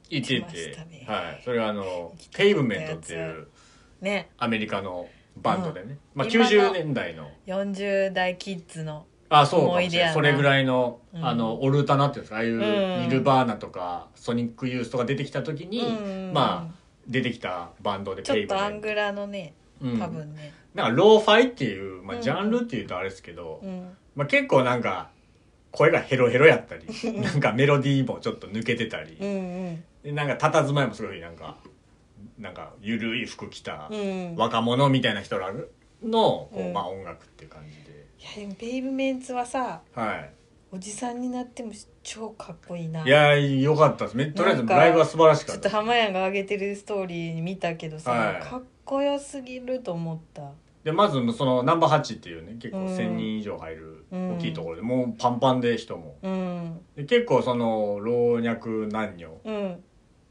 B: 行って
A: 行きましてた、ね
B: はい、それはあの
A: 行きたかった
B: ペ
A: や
B: イ
A: つ
B: ブメントっていう
A: ね
B: アメリカのバンドでね、まあ、
A: 今の
B: 90年代の
A: 40代キッズの
B: あそうかも
A: 思い
B: し
A: 出
B: れ
A: や
B: な
A: ない
B: それぐらいの,、
A: うん
B: あのオルタナっていうんですかああいう
A: うん
B: ニルバーナとか、ソニックユースとか出てきた時に、
A: うん
B: まあ出てきたバンドで
A: ちょっとアン
B: ント
A: グラのね
B: うん、
A: 多分ね、
B: なんかローファイっていう、ま
A: う
B: あ、
A: ん
B: ジャンルっていうとあれですけど、
A: うん
B: まあ、結構なんか声がヘロヘロやっ
A: (laughs)
B: たりなんかメロディーもちょっと抜けてたり、
A: うんうん
B: でなんか佇まいもすごいなんかなんかゆるい服着た
A: うん
B: 若者みたいな人らのこう、
A: うん
B: まあ、音楽っていう感じ
A: い
B: で、
A: やでもベイブメンツはさ
B: はい。
A: おじさんになっても超かっこいいない
B: やー、よかったです。めとりあえずライブは素晴らし
A: ち
B: か
A: ょっ
B: っ
A: たと
B: です。
A: 浜屋が上げてるストーリー見たけどさ、
B: はい
A: かっこよすぎると思った
B: で、まず、その、ナンバー8っていうね、結構
A: うん
B: 1000人以上入る
A: うん
B: 大きいところで、もうパンパンで人も。
A: うん
B: で結構、その、老若男女
A: うん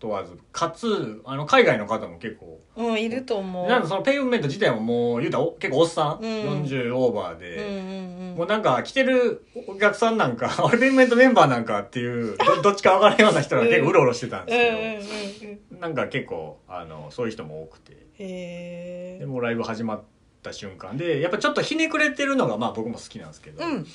B: 問わず、かつ、あの、海外の方も結構、
A: うんいると思う
B: なんかその、ペイブメント自体ももう、言うたらお結構おっさん、
A: うん
B: 40オーバー
A: うん
B: で、
A: うんうん
B: もうなんか、来てるお客さんなんか、 (laughs) あれ、ペイブメントメンバーなんかっていう、どどっちか分からんような人が結構うろうろしてたん
A: うんう
B: で
A: ん
B: す
A: うん
B: け
A: うん
B: ど、なんか結構、あの、そういう人も多くて。
A: へ
B: で
A: え
B: もうライブ始まった瞬間でやっぱちょっとひねくれてるのがまあ僕も好きなんですけど、
A: うん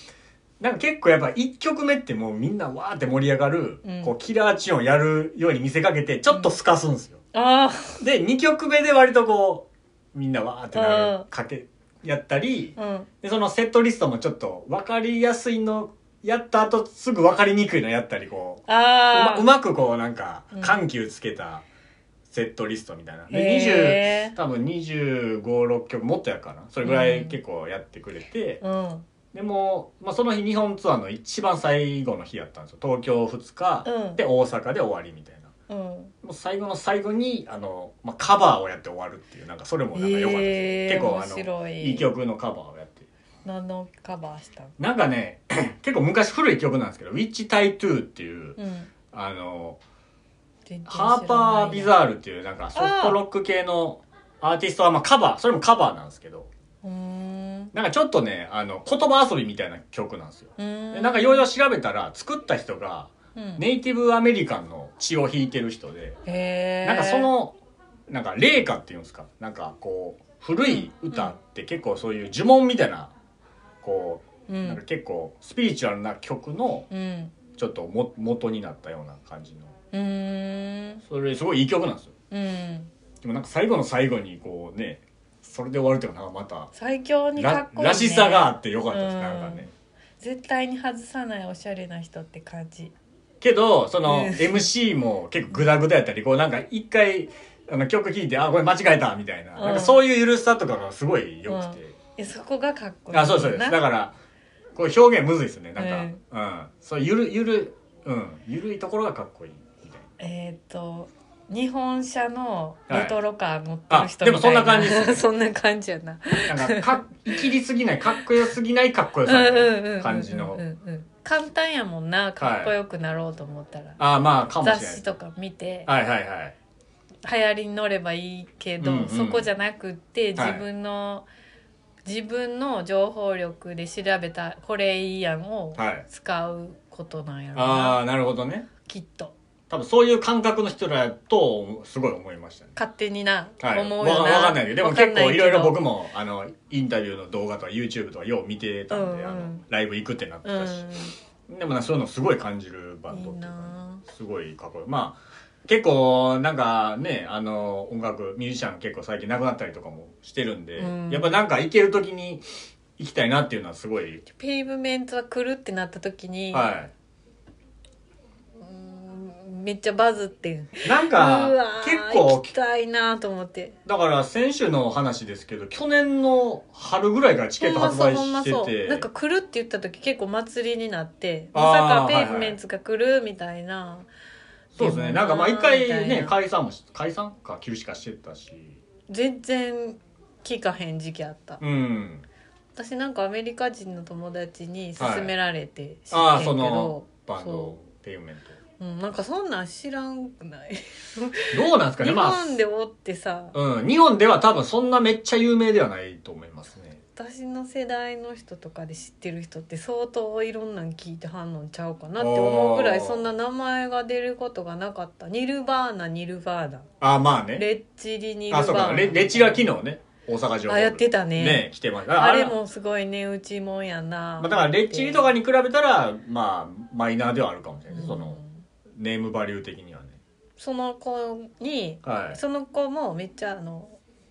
B: なんか結構やっぱ1曲目ってもうみんなわーって盛り上がる、
A: うん
B: こうキラーチューンをやるように見せかけてちょっとすかすんですよ、
A: ああ
B: で2曲目で割とこうみんなわーって
A: う
B: な
A: ん
B: るかけやったり
A: うん
B: でそのセットリストもちょっと分かりやすいのやった後すぐ分かりにくいのやったりこうう
A: あ
B: ま
A: あ
B: うまくこうなんか
A: うん
B: 緩急つけたセットリストみたいな、で20
A: へえ
B: 多分2 5 6曲もっとやるかなそれぐらい結構やってくれて、
A: うん
B: でも、まあ、その日日本ツアーの一番最後の日やったんですよ東京2日
A: うん
B: で大阪で終わりみたいな
A: うん
B: もう最後の最後にあの、まあ、カバーをやって終わるっていうなんかそれもなんか良かったです、
A: えー
B: 結構
A: 面白
B: あの
A: い
B: いい曲のカバーをやって
A: 何のカバーしたん
B: なんかね (clears throat) 結構昔古い曲なんですけど「Witch Tie To」っていう
A: うん
B: あの
A: 全然知らない
B: ハーパー・ビザールっていうなんかソフトロック系のアーティストはまあカバーそれもカバーなんですけど
A: うーん
B: なんかちょっとねあの言葉遊びみたいな曲なんですよ
A: うー
B: で
A: ん
B: なんかいろいろ調べたら作った人が
A: うん
B: ネイティブアメリカンの血を引いてる人で
A: へー
B: なんかそのなんか霊歌っていうんですかなんかこう古い歌って結構そういう呪文みたいなこ
A: う
B: うなんか
A: ん
B: 結構スピリチュアルな曲の
A: うん
B: ちょっとも元になったような感じの
A: うーん
B: それすごいいい曲なんですよ
A: うん
B: でもなんか最後の最後にこうねそれで終わるっていうのはなんか
A: 最強
B: ま
A: に
B: た
A: からっこいい、ね、
B: らしさがあってよかったです
A: うん
B: なんかね
A: 絶対に外さないおしゃれな人って感じ
B: けどそ
A: う
B: の
A: ん
B: MC も結構グダグダやったりこうなんか一回あの曲聴いてあこれ間違えたみたいな,、
A: うん
B: なんかそういう許しさとかがすごい良くて、
A: えそこがかっこいい
B: あそうですそうですだからこう表現むずいですねなんか、
A: うん
B: うんそうゆるゆるうんゆるいところがかっこいいみたい
A: えっ、と日本車のレトロカー乗ってる人
B: はいあでもそんな感じ
A: みたいな
B: で
A: (laughs)
B: す
A: そんな感じやな
B: ななんかかいきりすぎないかっこよすぎないかっこよ
A: う
B: さ
A: ん
B: み
A: うんう
B: たい
A: んう
B: なん感じの、
A: んうん簡単やもんなかっこよくなろうと思ったら、
B: ああまあかもしれない
A: 雑誌とか見て
B: はいはいはい
A: 流行りに乗ればいいけど、
B: うんうん
A: そこじゃなくって
B: はい
A: 自分の、自分の情報力で調べたこれいいやんを
B: はい
A: 使うことなんやろな、
B: ああなるほどね
A: きっと
B: 多分そういう感覚の人らやとすごい思いましたね
A: 勝手にな、
B: はい、
A: 思う
B: わ
A: よ
B: か
A: な
B: わかんないけどでも結構いろいろ僕
A: も
B: もあのインタビューの動画とか YouTube とかよう見てたんで、
A: うんうん
B: あのライブ行くってなって
A: うん
B: たし、でもなそういうのすごい感じるバン
A: い
B: ド
A: い
B: っていうか
A: な
B: すごいかっこいいまあ結構なんかねあの音楽ミュージシャン結構最近亡くなったりとかもしてるんで、
A: うん
B: やっぱなんか行ける時に行きたいなっていうのはすごい、
A: ペイブメントが来るってなった時に、
B: は
A: うーんめっちゃバズってん
B: いなん
A: う
B: か
A: わー
B: 結構
A: 行きたいなと思って
B: だから先週の話ですけど去年の春ぐらいからチケット発売
A: ほんま
B: して
A: そうほんまそう
B: て
A: なんか来るって言った時結構祭りになって
B: あー
A: まさかペ
B: はい
A: イブメントが来るみたいな、
B: そうですねなんかまあ一回
A: みたい
B: ね
A: な
B: 解散もし解散か休止かしてたし
A: 全然聞かへん時期あった
B: うん
A: 私なんかアメリカ人の友達に勧められて知ってんけど、
B: ああそのバンド
A: そ
B: ペイメント
A: うん、なんかそんなん知らんくない
B: どうなんですかね
A: 日
B: まあ
A: 本でおってさ
B: うん、日本では多分そんなめっちゃ有名ではないと思いますね。
A: 私の世代の人とかで知ってる人って相当いろんなん聞いて反応ちゃうかなって思うぐらい
B: あー
A: そんな名前が出ることがなかったニルバーナニルバーナ
B: あ、まあね。
A: レッチリニルバ
B: あ、
A: ー
B: そう
A: ナ
B: か。レレチラ機能ね。大阪城
A: あやってたね
B: ね。来てました。
A: あれ
B: は
A: もすごいねうちもんやな
B: まあ、だからレッチリとかに比べたら、まあ、マイナーではあるかもしれない、
A: うん
B: その、ネームバリュー的にはね。
A: その子に
B: はい。
A: その子もめっちゃあの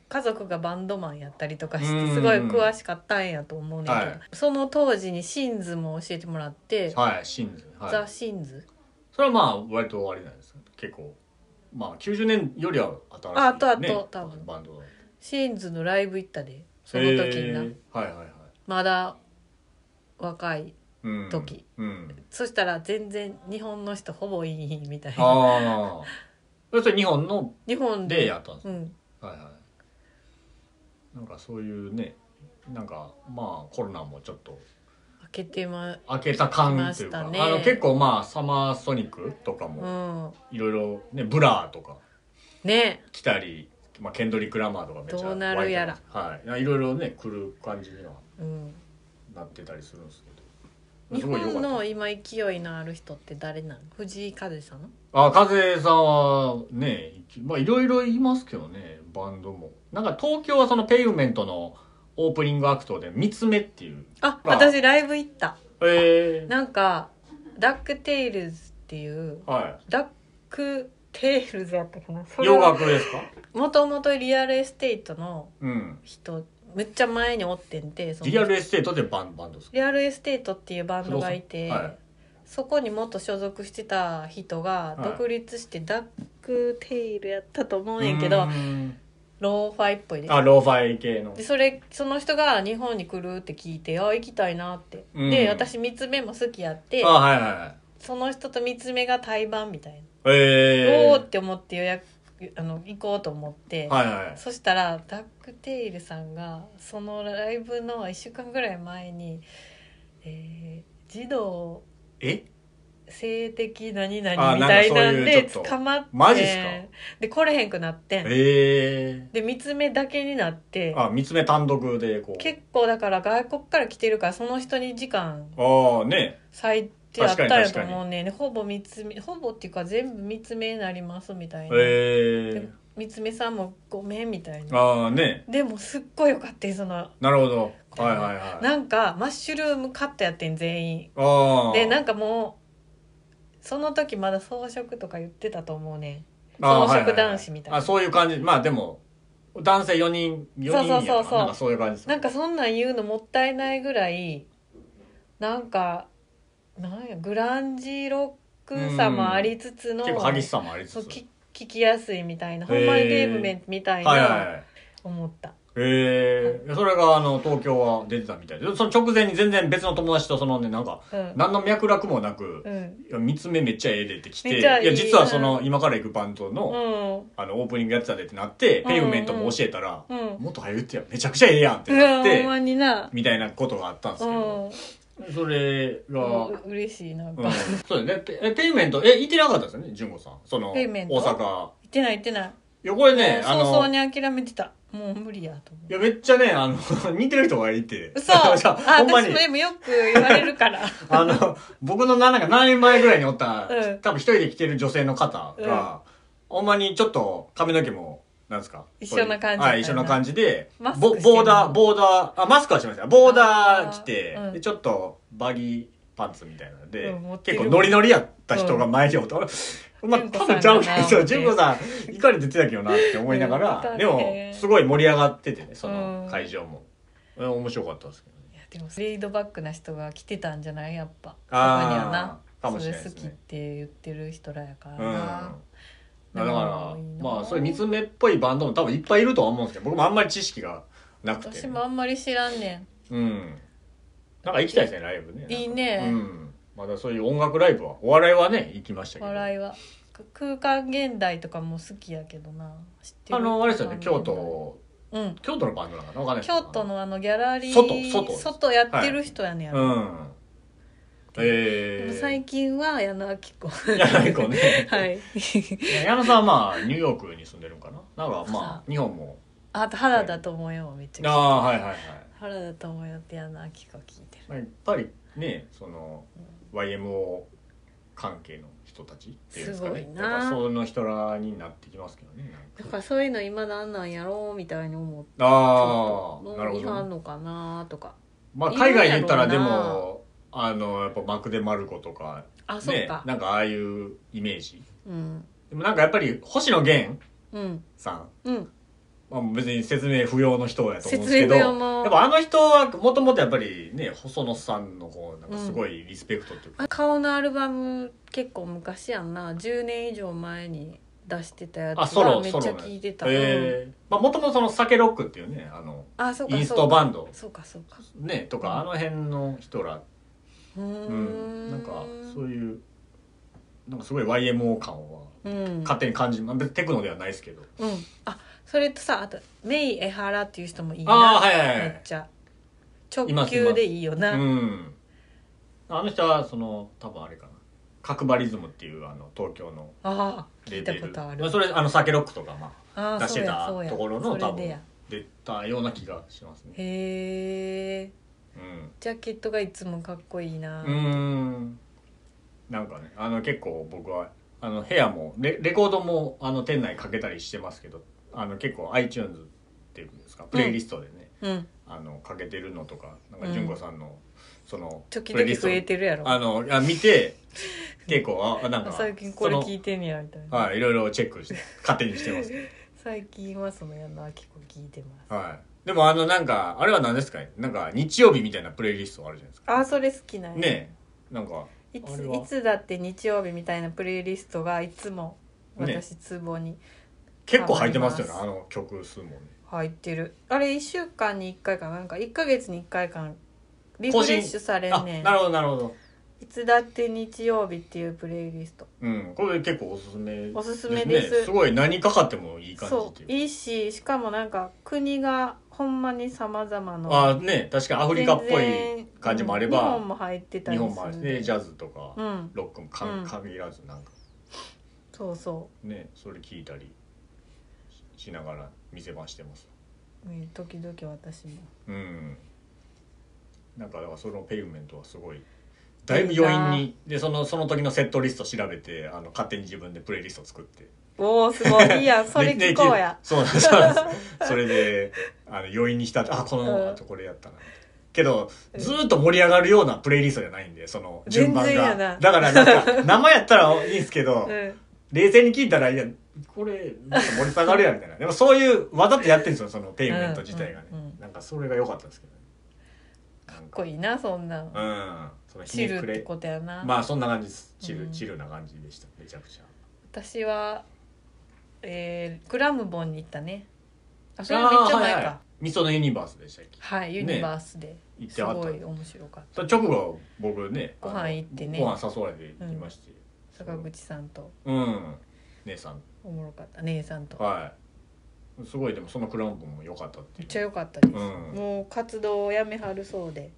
A: 家族がバンドマンやったりとかし
B: う
A: て
B: ん
A: すごい詳しかったんやと思うねんだけど、
B: はい
A: その当時にシンズも教えてもらって、
B: はい、シンズ。は
A: ザ・
B: い。
A: シンズ
B: それはまあ、割とあれなんです結構。まあ、90年よりは新しい、ね。
A: ああとあと多分
B: バンド。
A: シンズのライブ行ったでその時にな、
B: へーはいはいはい。
A: まだ若い
B: うん。
A: 時。
B: うん。
A: そしたら全然日本の人ほぼいいみたいな
B: ああ。
A: (laughs)
B: そして日本の
A: 日本
B: で
A: で
B: やったんです
A: うん
B: はいはいなんかそういうねなんかまあコロナもちょっと
A: 開けてま
B: 明けた感とい
A: 来
B: うか、
A: ましたね
B: あの結構まあサマーソニックとか
A: う
B: も
A: ん
B: いろいろねブラーとか
A: ね
B: 来たり、まあ、ケンドリック・ラマーとかめっちゃ
A: どうなるやら
B: はいいろいろね来る感じには
A: うん
B: なってたりするんですけど
A: 日本
B: 良かっ
A: の
B: た
A: 今勢いのある人って誰なの藤井風さん
B: あ風さんはねまあいろいろいますけどねバンドもなんか東京はそのペイブメントのオープニングアクトで「三つ目」っていう
A: あ
B: あ
A: 私ライブ行った
B: え
A: なんかダックテイルズっていう
B: は
A: ダックテイルズやったかなそ
B: い。
A: れ
B: 洋
A: は
B: 楽ですか。
A: もともとリアルエステイトの
B: うん。
A: 人むっちゃ前におってんてその
B: リアルエステートでバンバンドですか。
A: リアルエステートっていうバンドがいて、
B: はい
A: そこに元所属してた人が
B: はい
A: 独立してダックテイルやったと思うんやけど、
B: うーん
A: ローファイっぽいで
B: あローファイ系の
A: でそれその人が日本に来るって聞いてあ行きたいなって、
B: うん
A: で私三つ目も好きやって
B: あはいはいはい
A: その人と三つ目が対バンみたいな、
B: え
A: お
B: え
A: ーって思って予約あの行こうと思って、
B: はいはい
A: そしたらダックテイルさんがそのライブの1週間ぐらい前に、えー児童
B: え
A: 性的何々
B: あ
A: みたいな
B: なんんかそうい
A: で
B: うちょっと
A: 捕まって
B: マジっすか
A: で来れへんくなってん
B: え
A: で三つ目だけになって
B: えあ三つ目単独でこう
A: 結構だから外国から来てるからその人に時間
B: ああね
A: 割いてあったんやと
B: 確かに確かに
A: 思うねんでほぼ三つ目ほぼっていうか全部三つ目になりますみたいな、
B: え
A: で
B: え
A: 三つ目さんもごめんみたいな
B: ああね
A: でもすっごいよかったよその
B: なるほどはいはいはい
A: なんかマッシュルームカットやってん全員
B: ああ
A: でなんかもうその時まだ装飾とか言ってたと思うね
B: あー
A: 草食男子みたいな
B: はははあそういう感じまあでも男性4人4人やから
A: そうそうそうそう
B: なんかそういう感じです
A: なんかそんなん言うのもったいないぐらいなんかなんやグランジロックさもありつつの
B: 結構激しさもあり
A: そ
B: つ
A: う
B: つ
A: き聞きやすいみたいなほんまにベーブメントみたい
B: はいはい
A: な
B: はい
A: 思った
B: ええそれがあの東京は出てたみたいでその直前に全然別の友達とそのねなんか
A: うん
B: 何の脈絡もなく
A: う、ん
B: いや三つ目めっちゃええでってきて
A: めっ
B: い
A: ちゃいい
B: や実はそうの今から行くバンドの,、
A: うん
B: あのオープニングやってたでってなって、
A: ん
B: ペイブメントも教えたら、
A: うん
B: もっと早く言ってやめちゃくちゃええやんって
A: う
B: なっ
A: わ
B: て、
A: ほんまにな
B: みたいなことがあったんです
A: う
B: け
A: ん
B: ど、それが、
A: う嬉しいなんか
B: うん
A: 行
B: そうだよねペえペイブメントえ行ってなかったですよね純子さんその
A: ペイ
B: 大
A: ブメント
B: 阪
A: ってない行ってない
B: いやこれ
A: ね
B: ね、あの
A: 早々に諦めてたもう無理やと思う
B: いやめっちゃねあの (laughs) 似てる人がいて
A: 嘘
B: (laughs) じゃ
A: あ
B: あほんま
A: 私
B: に
A: もでもよく言われるから
B: あの、僕のななんか何年前ぐらいにおった、
A: うん
B: 多分一人で来てる女性の方が、ほんまにちょっと髪の毛も、なんですか
A: 一緒な感じ
B: はい、一緒な感じで、
A: マスク
B: ボ
A: してんの
B: ボーダー、ボーダー、あ、マスクはしました。ボーダー着て
A: あーう、ん
B: でちょっとバギーパンツみたいなので、
A: うん持ってる
B: 結構ノリノリやった人が前におった。俺お前
A: 純子
B: 多
A: さんだ
B: 分
A: な
B: ちゃうけど、そう
A: 思って
B: 純子さん、いかに出てたけどなって思いながら、
A: うん
B: でも、すごい盛り上がっててね、その
A: うん
B: 会場も。うん面白かったですけどね。
A: いやでもフレードバックな人が来てたんじゃないやっぱ
B: あー
A: 他にはな
B: かもしれないで
A: それ
B: す
A: 好きっ
B: ね
A: て言ってる人らやから
B: うん
A: な、
B: だから、
A: でもいいな
B: まあ、そういう三つ目っぽいバンドも多分いっぱいいるとは思うんですけど、僕もあんまり知識がなくて。
A: 私もあんまり知らんね
B: うん。なんか行きたいですね、ライブね。
A: んいいね、
B: うん。まだそういう音楽ライブは、お笑いはね、行きましたけど。
A: 笑いはく空間現代とかも好きやけどな知ってる
B: あの、あれですよね、京
A: 空間現代
B: 都、
A: うん
B: 京都のバンドなのかなわかんないですけ
A: 京
B: ど
A: 都。のあのギャラリー
B: 外外
A: やってる人やねんやろ、
B: うん。
A: で
B: え
A: も
B: ー。
A: 最近は矢野明子
B: 柳子ね。
A: はい (laughs)
B: 矢野さんはまあ、ニューヨークに住んでるんかななんかまあ、日本も。
A: あと原田智代もめっちゃ聞
B: あ
A: い
B: あ、はいはいはい。
A: て原田智代って矢野明子聞いてる
B: まあ、やっぱりねその YMO 関係の人たちっていうんですかね
A: すごいな
B: やっぱその人らになってきますけどね
A: だからそういうの今なんなんやろうみたいに思って
B: ああなる
A: 飲
B: ほ
A: みはん
B: ど、
A: のかなとか
B: まあ、
A: いるんやろうな
B: 海外に行ったらでもあのやっぱマクデ・マルコとか,、
A: あそっ
B: ね、
A: か
B: なんかああいうイメージ
A: うん
B: でもなんかやっぱり星野源
A: うん
B: さん、
A: うん
B: まあ、別に説明不要の人やと思うんですけ
A: 説明
B: ど
A: 不要
B: や
A: も
B: っぱあの人はもともとやっぱりね細野さんのこうなんかすごいリスペクトっていうか、
A: あ顔のアルバム結構昔やんな10年以上前に出してたやつ
B: あソ
A: が
B: ロ
A: めっ
B: ソ
A: ちゃ
B: ロ
A: 聞いてた、うん
B: ええまあもともとその酒ロックっていうねあの
A: あそうか
B: イー
A: そ
B: ス
A: う
B: ト
A: か
B: バンド
A: そうかそうか
B: ねとか、
A: うん
B: あの辺の人ら、
A: うー
B: うん、
A: ん
B: なんかそういうなんかすごい YMO 感は
A: うん
B: 勝手に感じまあ別にテクノではないですけど
A: うん、あそれとさあとメイ・エハラっていう人もいい
B: ああ
A: な、
B: はいはいは
A: めっ
B: い
A: ちゃ直
B: いますいま
A: 球
B: す
A: でいいよな
B: うんあの人はその多分あれかな角張リズムっていうあの東京の
A: ああ聞
B: レ
A: い
B: ベ
A: た
B: ル
A: ことある
B: まあ、それあの酒ロックとかまあ
A: ああ
B: 出し
A: そ
B: て
A: うや
B: た
A: そうや
B: ところの
A: そ
B: 多
A: れで
B: 分
A: や
B: 出たような気がしますね
A: へえ
B: うん
A: ジャケットがいつもかっこいいな、
B: うーんなんかねあの結構僕はあの部屋もレレコードもあの店内かけたりしてますけどあの結構 iTunes っていうんですかプレイリストでね、
A: うん
B: あのかけてるのとかなんか
A: うん
B: 純子さんの、その
A: 時
B: プレイ
A: 々
B: リスト
A: 増えてるやろ
B: あのあ見て結構あなんか
A: 最近これ聞
B: い
A: いてんねやみたいな、
B: はいいろいろチェックして勝手にしてます、ね、
A: 最近はその矢野明子聞いてます
B: はいでもあのなんかあれは何ですかねなんか日曜日みたいなプレイリストあるじゃないですか
A: ああそれ好きなんや
B: ねえなんか
A: い
B: あ
A: つ
B: れはい
A: つだって日曜日みたいなプレイリストがいつも
B: ね
A: 私ツボに
B: 結構入ってますよね
A: あ
B: あの曲数もね
A: 入ってるあれ1週間に1回かななんか1か月に1回間リフレッシュされ
B: あ
A: んねん
B: なるほどなるほど
A: いつだって日曜日っていうプレイリスト
B: うんこれ結構おすすめ
A: おすすめです
B: ねすごい何かかってもいい感じ
A: そ
B: って
A: う
B: いう
A: いいししかもなんか国がほんまにさまざまな
B: あね確かにア
A: ア
B: フリカっぽい感じもあれ
A: 日
B: ば
A: 本も入ってた
B: 日
A: り
B: 本もある
A: す
B: し
A: る
B: ねジャズとか
A: うん
B: ロックもか
A: うん
B: ん限らずなんか
A: そうそ
B: ねそれ聞いたりししながら見せましてます
A: ううん時々私も
B: うんなんかだからそのペイメントはすごいだいぶ余韻にでそのその時のセットリスト調べてあの勝手に自分でプレイリスト作って
A: おおすごいいい
B: (laughs)
A: やんそれ
B: で
A: 聞こうや
B: でそうなんですそうなんですそれであの余韻に
A: (laughs)
B: 浸ってあこ
A: うん
B: のあとこれやったなけどずーっと盛り上がるようなプレイリストじゃないんでその順番
A: 全然や
B: が
A: な
B: だからなん
A: (laughs)
B: か生やったらいいんですけど、
A: うん
B: 冷静に聞いたらいやこれなんか盛り下がるやんみたいなでもそういうわざとやってるんですよそのペイメント自体がね、
A: うんうんうん
B: なんかそれが良かったんですけどね
A: かっこいいなそんなん
B: うんそのひ
A: チ
B: ね
A: ルっ
B: く
A: て
B: れ
A: ことやな、
B: まあそんな感じですチル、
A: うん
B: チルな感じでしためちゃくちゃ
A: 私はえー、グラムボンに行ったねあそれ
B: あ
A: はめっ
B: ー
A: ちゃ
B: はい
A: 前か
B: は
A: はい
B: いミソのユニバースでしたっけ
A: ユニバースで、
B: 行って
A: す
B: はった
A: ごい面白かっ
B: その直後僕ね
A: ご飯行ってね
B: あのご飯誘われて行きまして、
A: た坂口さんと
B: うん姉さん
A: おもろかった姉さんと
B: はいすごいでもそのクランプも良かったって
A: め
B: い
A: っちゃ
B: う
A: 良かったです、
B: うん
A: もう活動をやめはるそうで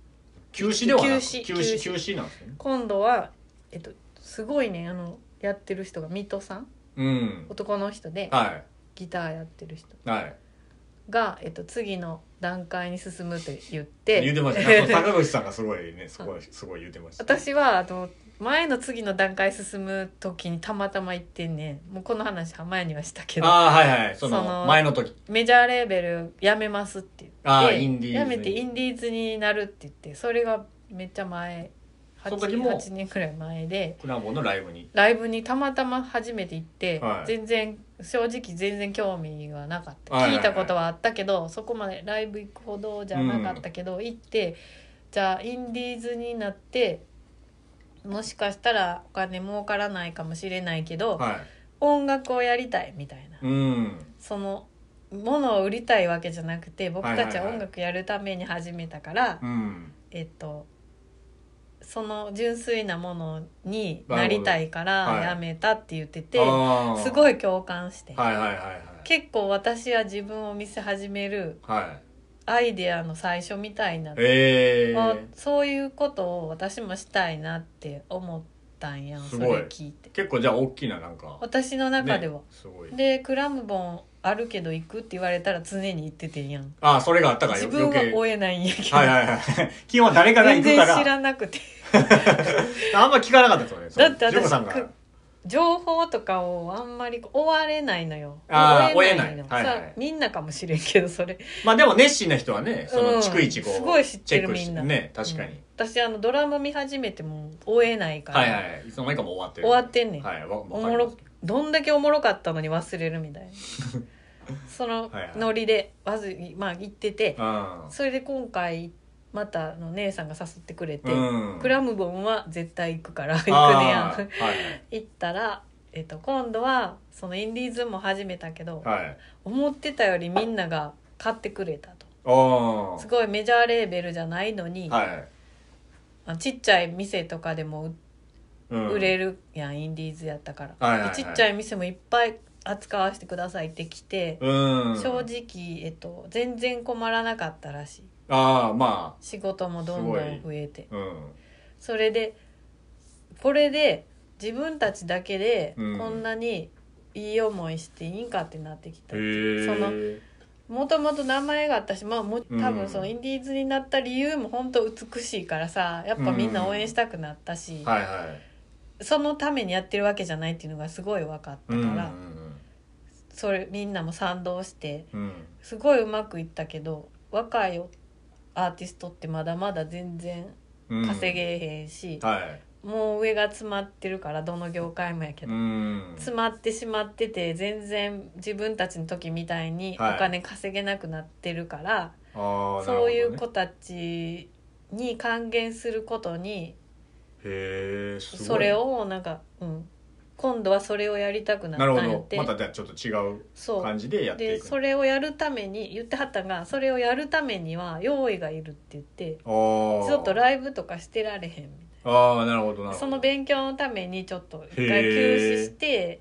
B: 休止ではなく
A: 休止
B: 休止
A: 休
B: 休止なんですね
A: 今度はえっとすごいねあのやってる人が水戸さん
B: うん
A: 男の人で
B: は
A: ギターやってる人
B: いはい
A: が、えっと、次の段階に進むと言っ
B: 言う
A: て
B: てましたねあの坂口さんがすご
A: (laughs)
B: いねすごいすごい言うてました
A: 私はあの前の次の段階進む時にたまたま行ってんねんもうこの話は前にはしたけど
B: ああはいはいそ
A: その
B: の前の時
A: メジャーレーベルやめますって言
B: あ
A: っ
B: あ
A: て
B: インディーズ
A: やめてインディーズになるって言ってそれがめっちゃ前 8,
B: その時も
A: 8年くらい前で。
B: クランプのライブに
A: ライブにたまたま初めて行って、
B: はい
A: 全然正直全然興味はなかった、
B: はいはいは
A: 聞
B: い
A: いたことはあったけどそこまでライブ行くほどじゃなかったけど、行ってじゃあインディーズになってもしかしたらお金儲からないかもしれないけど、
B: は
A: 音楽をやりたいみたいな、
B: いうん
A: そのものを売りたいわけじゃなくて僕たちははい
B: はいはい
A: 音楽やるために始めたから、
B: うん
A: えっとその純粋なものになりたいか
B: なるほ
A: ら
B: どはい
A: やめたって言ってて、
B: ああ
A: す
B: は
A: ごい共感して、
B: いはいはいはい
A: 結構私は自分を見せ始める
B: はい
A: アイデアの最初みたいな、
B: ええ
A: あそういうことを私もしたいなって思ったんやん
B: す
A: そ
B: ごい
A: れ聞いて
B: 結構じゃあ大きななんか
A: 私の中では
B: ね、すごい
A: でクラムボンあるけど行くって言われたら常に行っててんやん
B: ああそれがあったから
A: 自分は
B: 余計
A: 追えないんやけど、
B: はいはいはい (laughs) 基本誰から
A: 全
B: 行くか
A: 然知
B: ら
A: らなくて
B: あんま聞かなかったですよね
A: だって私
B: ジョコさんが
A: く情報とかをあんまり追われないのよ
B: あー
A: の
B: 追えないはいはい
A: さあみんなかもしれんけどそれ
B: まあでも熱心な人はねそ
A: うん
B: の逐一こう
A: すごい知ってる
B: チェックし
A: みんな
B: ね確かに、
A: うん私あのドラマ見始めても追えないから、
B: はいはいはいいつの間にかもう終わってる
A: 終わってんねん
B: はいわわか
A: お
B: ります
A: もろどんだけおもろかったのに忘れるみたい
B: (laughs)
A: なその
B: はいはい
A: ノリでまず、まあ、行ってて
B: うん
A: それで今回またあの姉さんが誘ってくれて、
B: うん
A: クラムボンは絶対行くから行くねや
B: あ
A: ん
B: ーはい
A: 行ったら、えっと、今度はそのインディーズも始めたけど、
B: はいはい
A: 思ってたよりみんなが買ってくれたと
B: お
A: す
B: ー
A: ごいメジャーレーベルじゃないのに、
B: はい
A: あのちっちゃい店とかでも
B: うん
A: 売れるやん、インディーズやったから、
B: はいはいはい
A: でちっちゃい店もいっぱい扱わせてくださいって来て、
B: うん
A: 正直、えっと、全然困らなかったらしい
B: ああま
A: 仕事もどんどん増えて
B: あうん
A: それでこれで自分たちだけで
B: うん
A: こんなにいい思いしていいんかってなってきた、
B: へえ
A: そのもともと名前があったし、まあ、もう多分その
B: うん
A: インディーズになった理由も本当美しいからさやっぱみんな応援したくなったし、
B: はいはい
A: そのためにやってるわけじゃないっていうのがすごい分かったから、
B: うん
A: それみんなも賛同して
B: うんうん
A: すごいうまくいったけど若いアーティストってまだまだ全然
B: うんうん
A: 稼げへんし、
B: はい
A: もう上が詰まってるからどの業界もやけど。
B: うん
A: 詰まってしまってて全然自分たちの時みたいにお
B: はい
A: 金稼げなくなってるから、
B: ああ
A: そういう子たちに還元することに
B: へえすごい
A: それをなんか、うん、今度はそれをやりたくなっ
B: なる
A: た
B: ほ
A: んやっ
B: ど
A: て
B: またじゃあちょっと違う
A: そう
B: 感じでやって
A: で
B: いく
A: それをやるために言ってはったんがそれをやるためには用意がいるって言って
B: おー
A: ちょっとライブとかしてられへんみたいな
B: ああなるほどなるほど
A: その勉強のためにちょっと一
B: へ
A: 回
B: ー
A: 休止して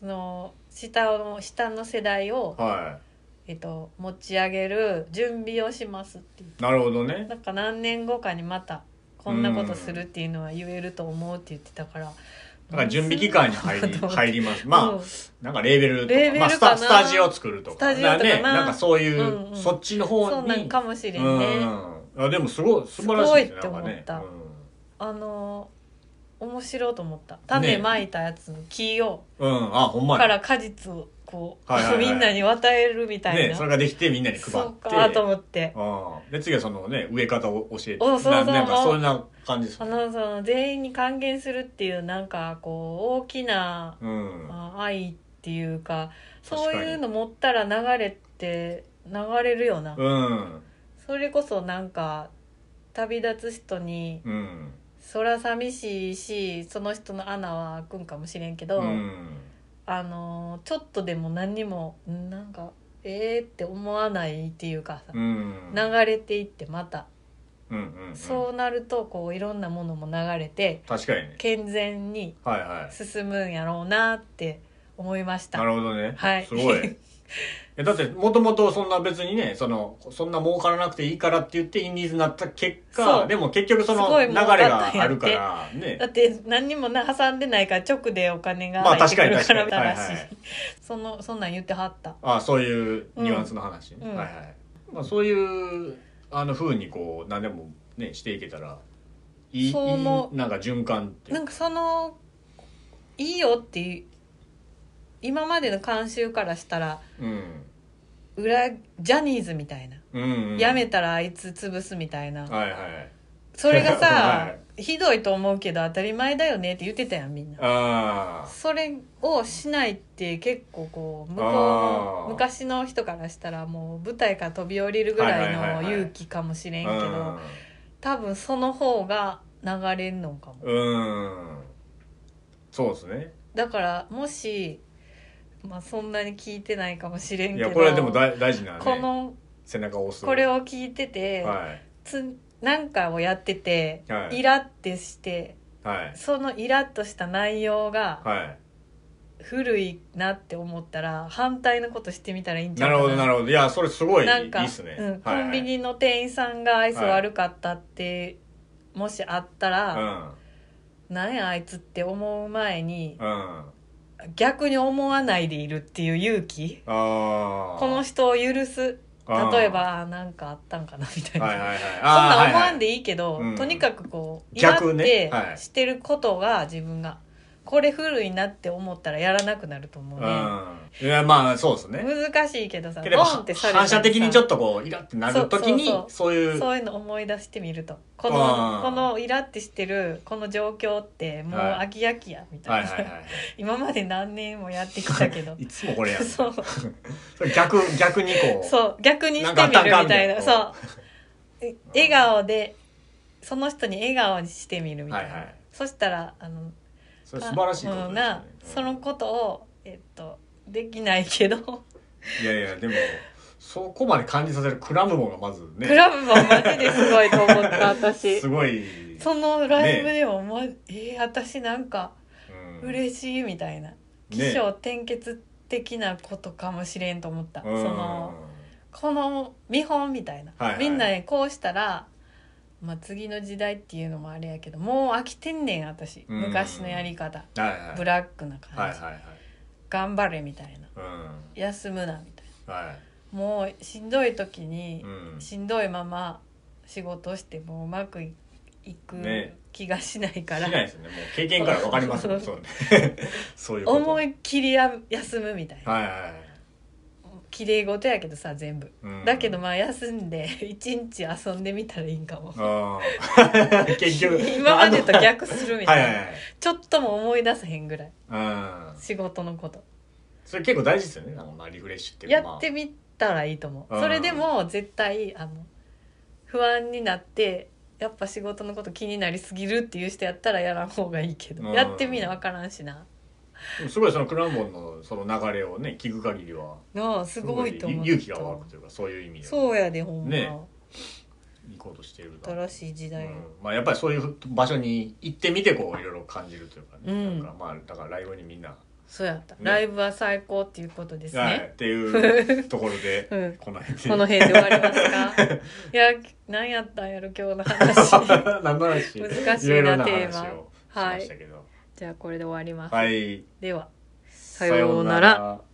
A: その下の下の世代を、
B: は
A: えっと、持ち上げる準備をしますっていう
B: いなるほどね
A: なんか何年後かにまたこんなことするっていうのは言えると思うって言ってたから
B: だから準備期間に入り入りますまあ、
A: うん
B: なんかレーベルとか
A: レーベル
B: まあ、スタ
A: かな
B: スタジオ作るとか
A: スタジオとかな
B: ね、なんかそういう、
A: うんうん
B: そっちの方に
A: そうなんかもしれ
B: うんん
A: ね。
B: あでもすごい素晴らしいですね
A: すごいって思った
B: なんかね、
A: あの面白いと思った種まいたやつの木を、
B: うん、うん、あほんま
A: か
B: や
A: ら果実をこう、
B: はいはいはい
A: みんなに渡えるみたいな、
B: ねそれができてみんなに配って
A: そうかと思って
B: うん、で次はそのね植え方を教えて
A: おそうそう
B: ななんかそんな感じです
A: そのその全員に還元するっていうなんかこう大きな、
B: うん
A: あ愛っていうか
B: 確か
A: そう
B: に
A: いうの持ったら流れって流れるよな、
B: うん
A: それこそなんか旅立つ人に
B: うん
A: そら寂しいしその人の穴は開くんかもしれんけ
B: う
A: ど、
B: ん
A: あのちょっとでも何にもんなんかええって思わないっていうかさ、
B: うん
A: 流れていってまた、
B: うんうんうん
A: そうなるとこういろんなものも流れて
B: 確かにね
A: 健全に
B: はいはい
A: 進むんやろうなって思いました
B: なるほどね。
A: はい
B: すごい。
A: (laughs)
B: いやだって、もともとそんな別にね、その、そんな儲からなくていいからって言ってインディーズになった結
A: そ
B: 果、
A: う
B: でも結局そ
A: す
B: の
A: ごい
B: 流れ
A: 儲かったんやっ
B: が
A: て
B: あるから、ね
A: だ。って何にもな挟んでないから直でお金が
B: まあ
A: 入ってく
B: 確かに
A: る
B: 確か
A: か
B: に。
A: らみ
B: はい
A: たいな
B: はい
A: 話、。そのそんなん言ってはった
B: あそういうニュアンスの話ね。
A: うん
B: はいはい。まあそういう、あの風にこう、何でもね、していけたら、いい、いい
A: そう思う
B: なんか循環っていう
A: な
B: か。
A: んかそのいいよっていう今までの慣習からしたら
B: うん。
A: 裏ジャニーズみたいな、
B: うん、うん。
A: やめたらあいつ潰すみたいな、
B: はいはい。
A: それが
B: (laughs) は
A: さひどいと思うけど当たり前だよねって言ってたやんみんな
B: あ
A: それをしないって結構こう向こう
B: あ
A: の
B: ー
A: 昔の人からしたらもう舞台から飛び降りるぐら
B: はいはいはいい
A: の
B: はい
A: 勇気かもしれ
B: あ。
A: んけど、多分その方が流れんのかも
B: うん。うん。そうですね。
A: だからもし、まあ、そんなに聞いてないかもしれん
B: い
A: けど
B: やこれはでも大大事な
A: こ
B: ね
A: の
B: 背中を押す
A: これを聞いてて、
B: は
A: つなんかをやってて、
B: いはい
A: イラってして
B: はい
A: そのイラッとした内容が
B: は
A: 古いなって思ったら反対のことしてみたらいいん
B: い
A: じゃ
B: な
A: ない
B: る
A: か
B: ほ
A: な
B: どなるほどいやそれすごいい
A: なんか
B: いっすね
A: うん、
B: はい
A: コンビニの店員さんが愛想悪かったって、もしあった
B: はい
A: ら、なんやあいつって思う前に
B: うんうん
A: 逆に思わないでいるっていう勇気
B: あー
A: この人を許す
B: あー
A: 例えばあーなんかあったんかなみたいな、
B: はいはいは
A: (laughs)
B: い
A: そん
B: あ
A: な
B: ー
A: 思わん
B: はい
A: でいいけど、
B: うん
A: とにかくこうやっ
B: 逆ね
A: て
B: はい
A: してることが自分がこれ古いなって思ったらやらなくなると思うね、
B: はいうんいやまあそうですね
A: 難しいけどさ
B: け
A: ボ
B: ど
A: ンってされたら
B: 反
A: さ
B: 射的にちょっとこうイラってなるときに
A: そう
B: そういう
A: そういうの思い出してみるとこ
B: あ
A: の
B: ー
A: このイラってしてるこの状況ってもう
B: は
A: 飽き飽きやみた
B: はいい
A: な、
B: はいは
A: (laughs) 今まで何年もやってきたけど
B: いいつも (laughs) これや
A: (laughs)
B: る
A: そう
B: それ逆逆にこう
A: そう逆にして
B: なんかあ
A: み
B: ったん
A: る
B: か
A: みたいな
B: みたいな
A: そうえ笑顔でその人に笑顔にしてみるみたいな、
B: はいはい
A: そしたらあの
B: それ素晴らしいことで
A: う
B: すよ
A: ん
B: ね
A: な
B: うん
A: そのことを、えっと、できないけど、
B: いやいやでもそこまで感じさせるクラムボンがまずね
A: クラブもマジですごいと思った私
B: すごい、
A: そのライブでも、まえー私なんか
B: うん
A: 嬉しいみたいな起
B: ね
A: 承転結的なことかもしれんと思った、
B: うん
A: そのこの見本みたいな、
B: はいはい
A: みんなでこうしたら、まあ、次の時代っていうのもあれやけどもう飽きてんねん私
B: うん
A: 昔のやり方
B: はいはい
A: ブラックな感じ、
B: はいはいはい
A: 頑張れみたいな
B: うん
A: 休むなみたい
B: は
A: なもうしんどい時に
B: い、うん
A: しんどいまま仕事してもうまくいいく
B: ね
A: 気がしない
B: し
A: か
B: な
A: ら、
B: いですねもう経験からわかりますもん
A: そう
B: そうね (laughs) そういうこと
A: 思いっきりや休むみたいな
B: はいはい、
A: 綺麗事やけどさ全部
B: うん
A: だけどまあ休んで (laughs) 一日遊んでみたらいいんかも
B: あー (laughs) 結局
A: (laughs) 今までと
B: あ
A: 逆する
B: の
A: み
B: は
A: た
B: い
A: いな、
B: はいはい
A: ちょっとも思い出せへんぐらい
B: うん
A: 仕事のこと
B: それ結構大事ですよねなんかまあリフレッシュっていう
A: や
B: かまあ
A: ってみたらいいと思う、
B: うん
A: それでも絶対あの不安になってやっぱ仕事のこと気になりすぎるっていう人やったらやらん方がいいけど、
B: うん
A: やってみな分からんしな
B: でもすごいそのクランボンのその流れをね聞く限りは
A: なあすごいと思った
B: 勇気が湧くというかそういう意味では
A: そうやでほんま、
B: ね行こうとしているな
A: 新しい時代
B: う
A: の、
B: んまあ、やっぱりそういう場所に行ってみてこういろいろ感じるというかね、
A: うん
B: なんかまあだからライブにみんな、
A: そうやった、
B: ね
A: ライブは最高っていうことですね、
B: はいっ
A: (laughs)
B: ていうところで、
A: うん
B: この辺で
A: こ
B: (laughs)
A: の辺で終わりますかいや何やったんやろ今日の
B: (laughs)
A: 話
B: 何の話
A: 難しいな
B: ろろ
A: テーマ
B: 話をしましたけど、
A: じゃあこれで終わります、
B: はい、
A: ではさ
B: さ
A: ようなら
B: ら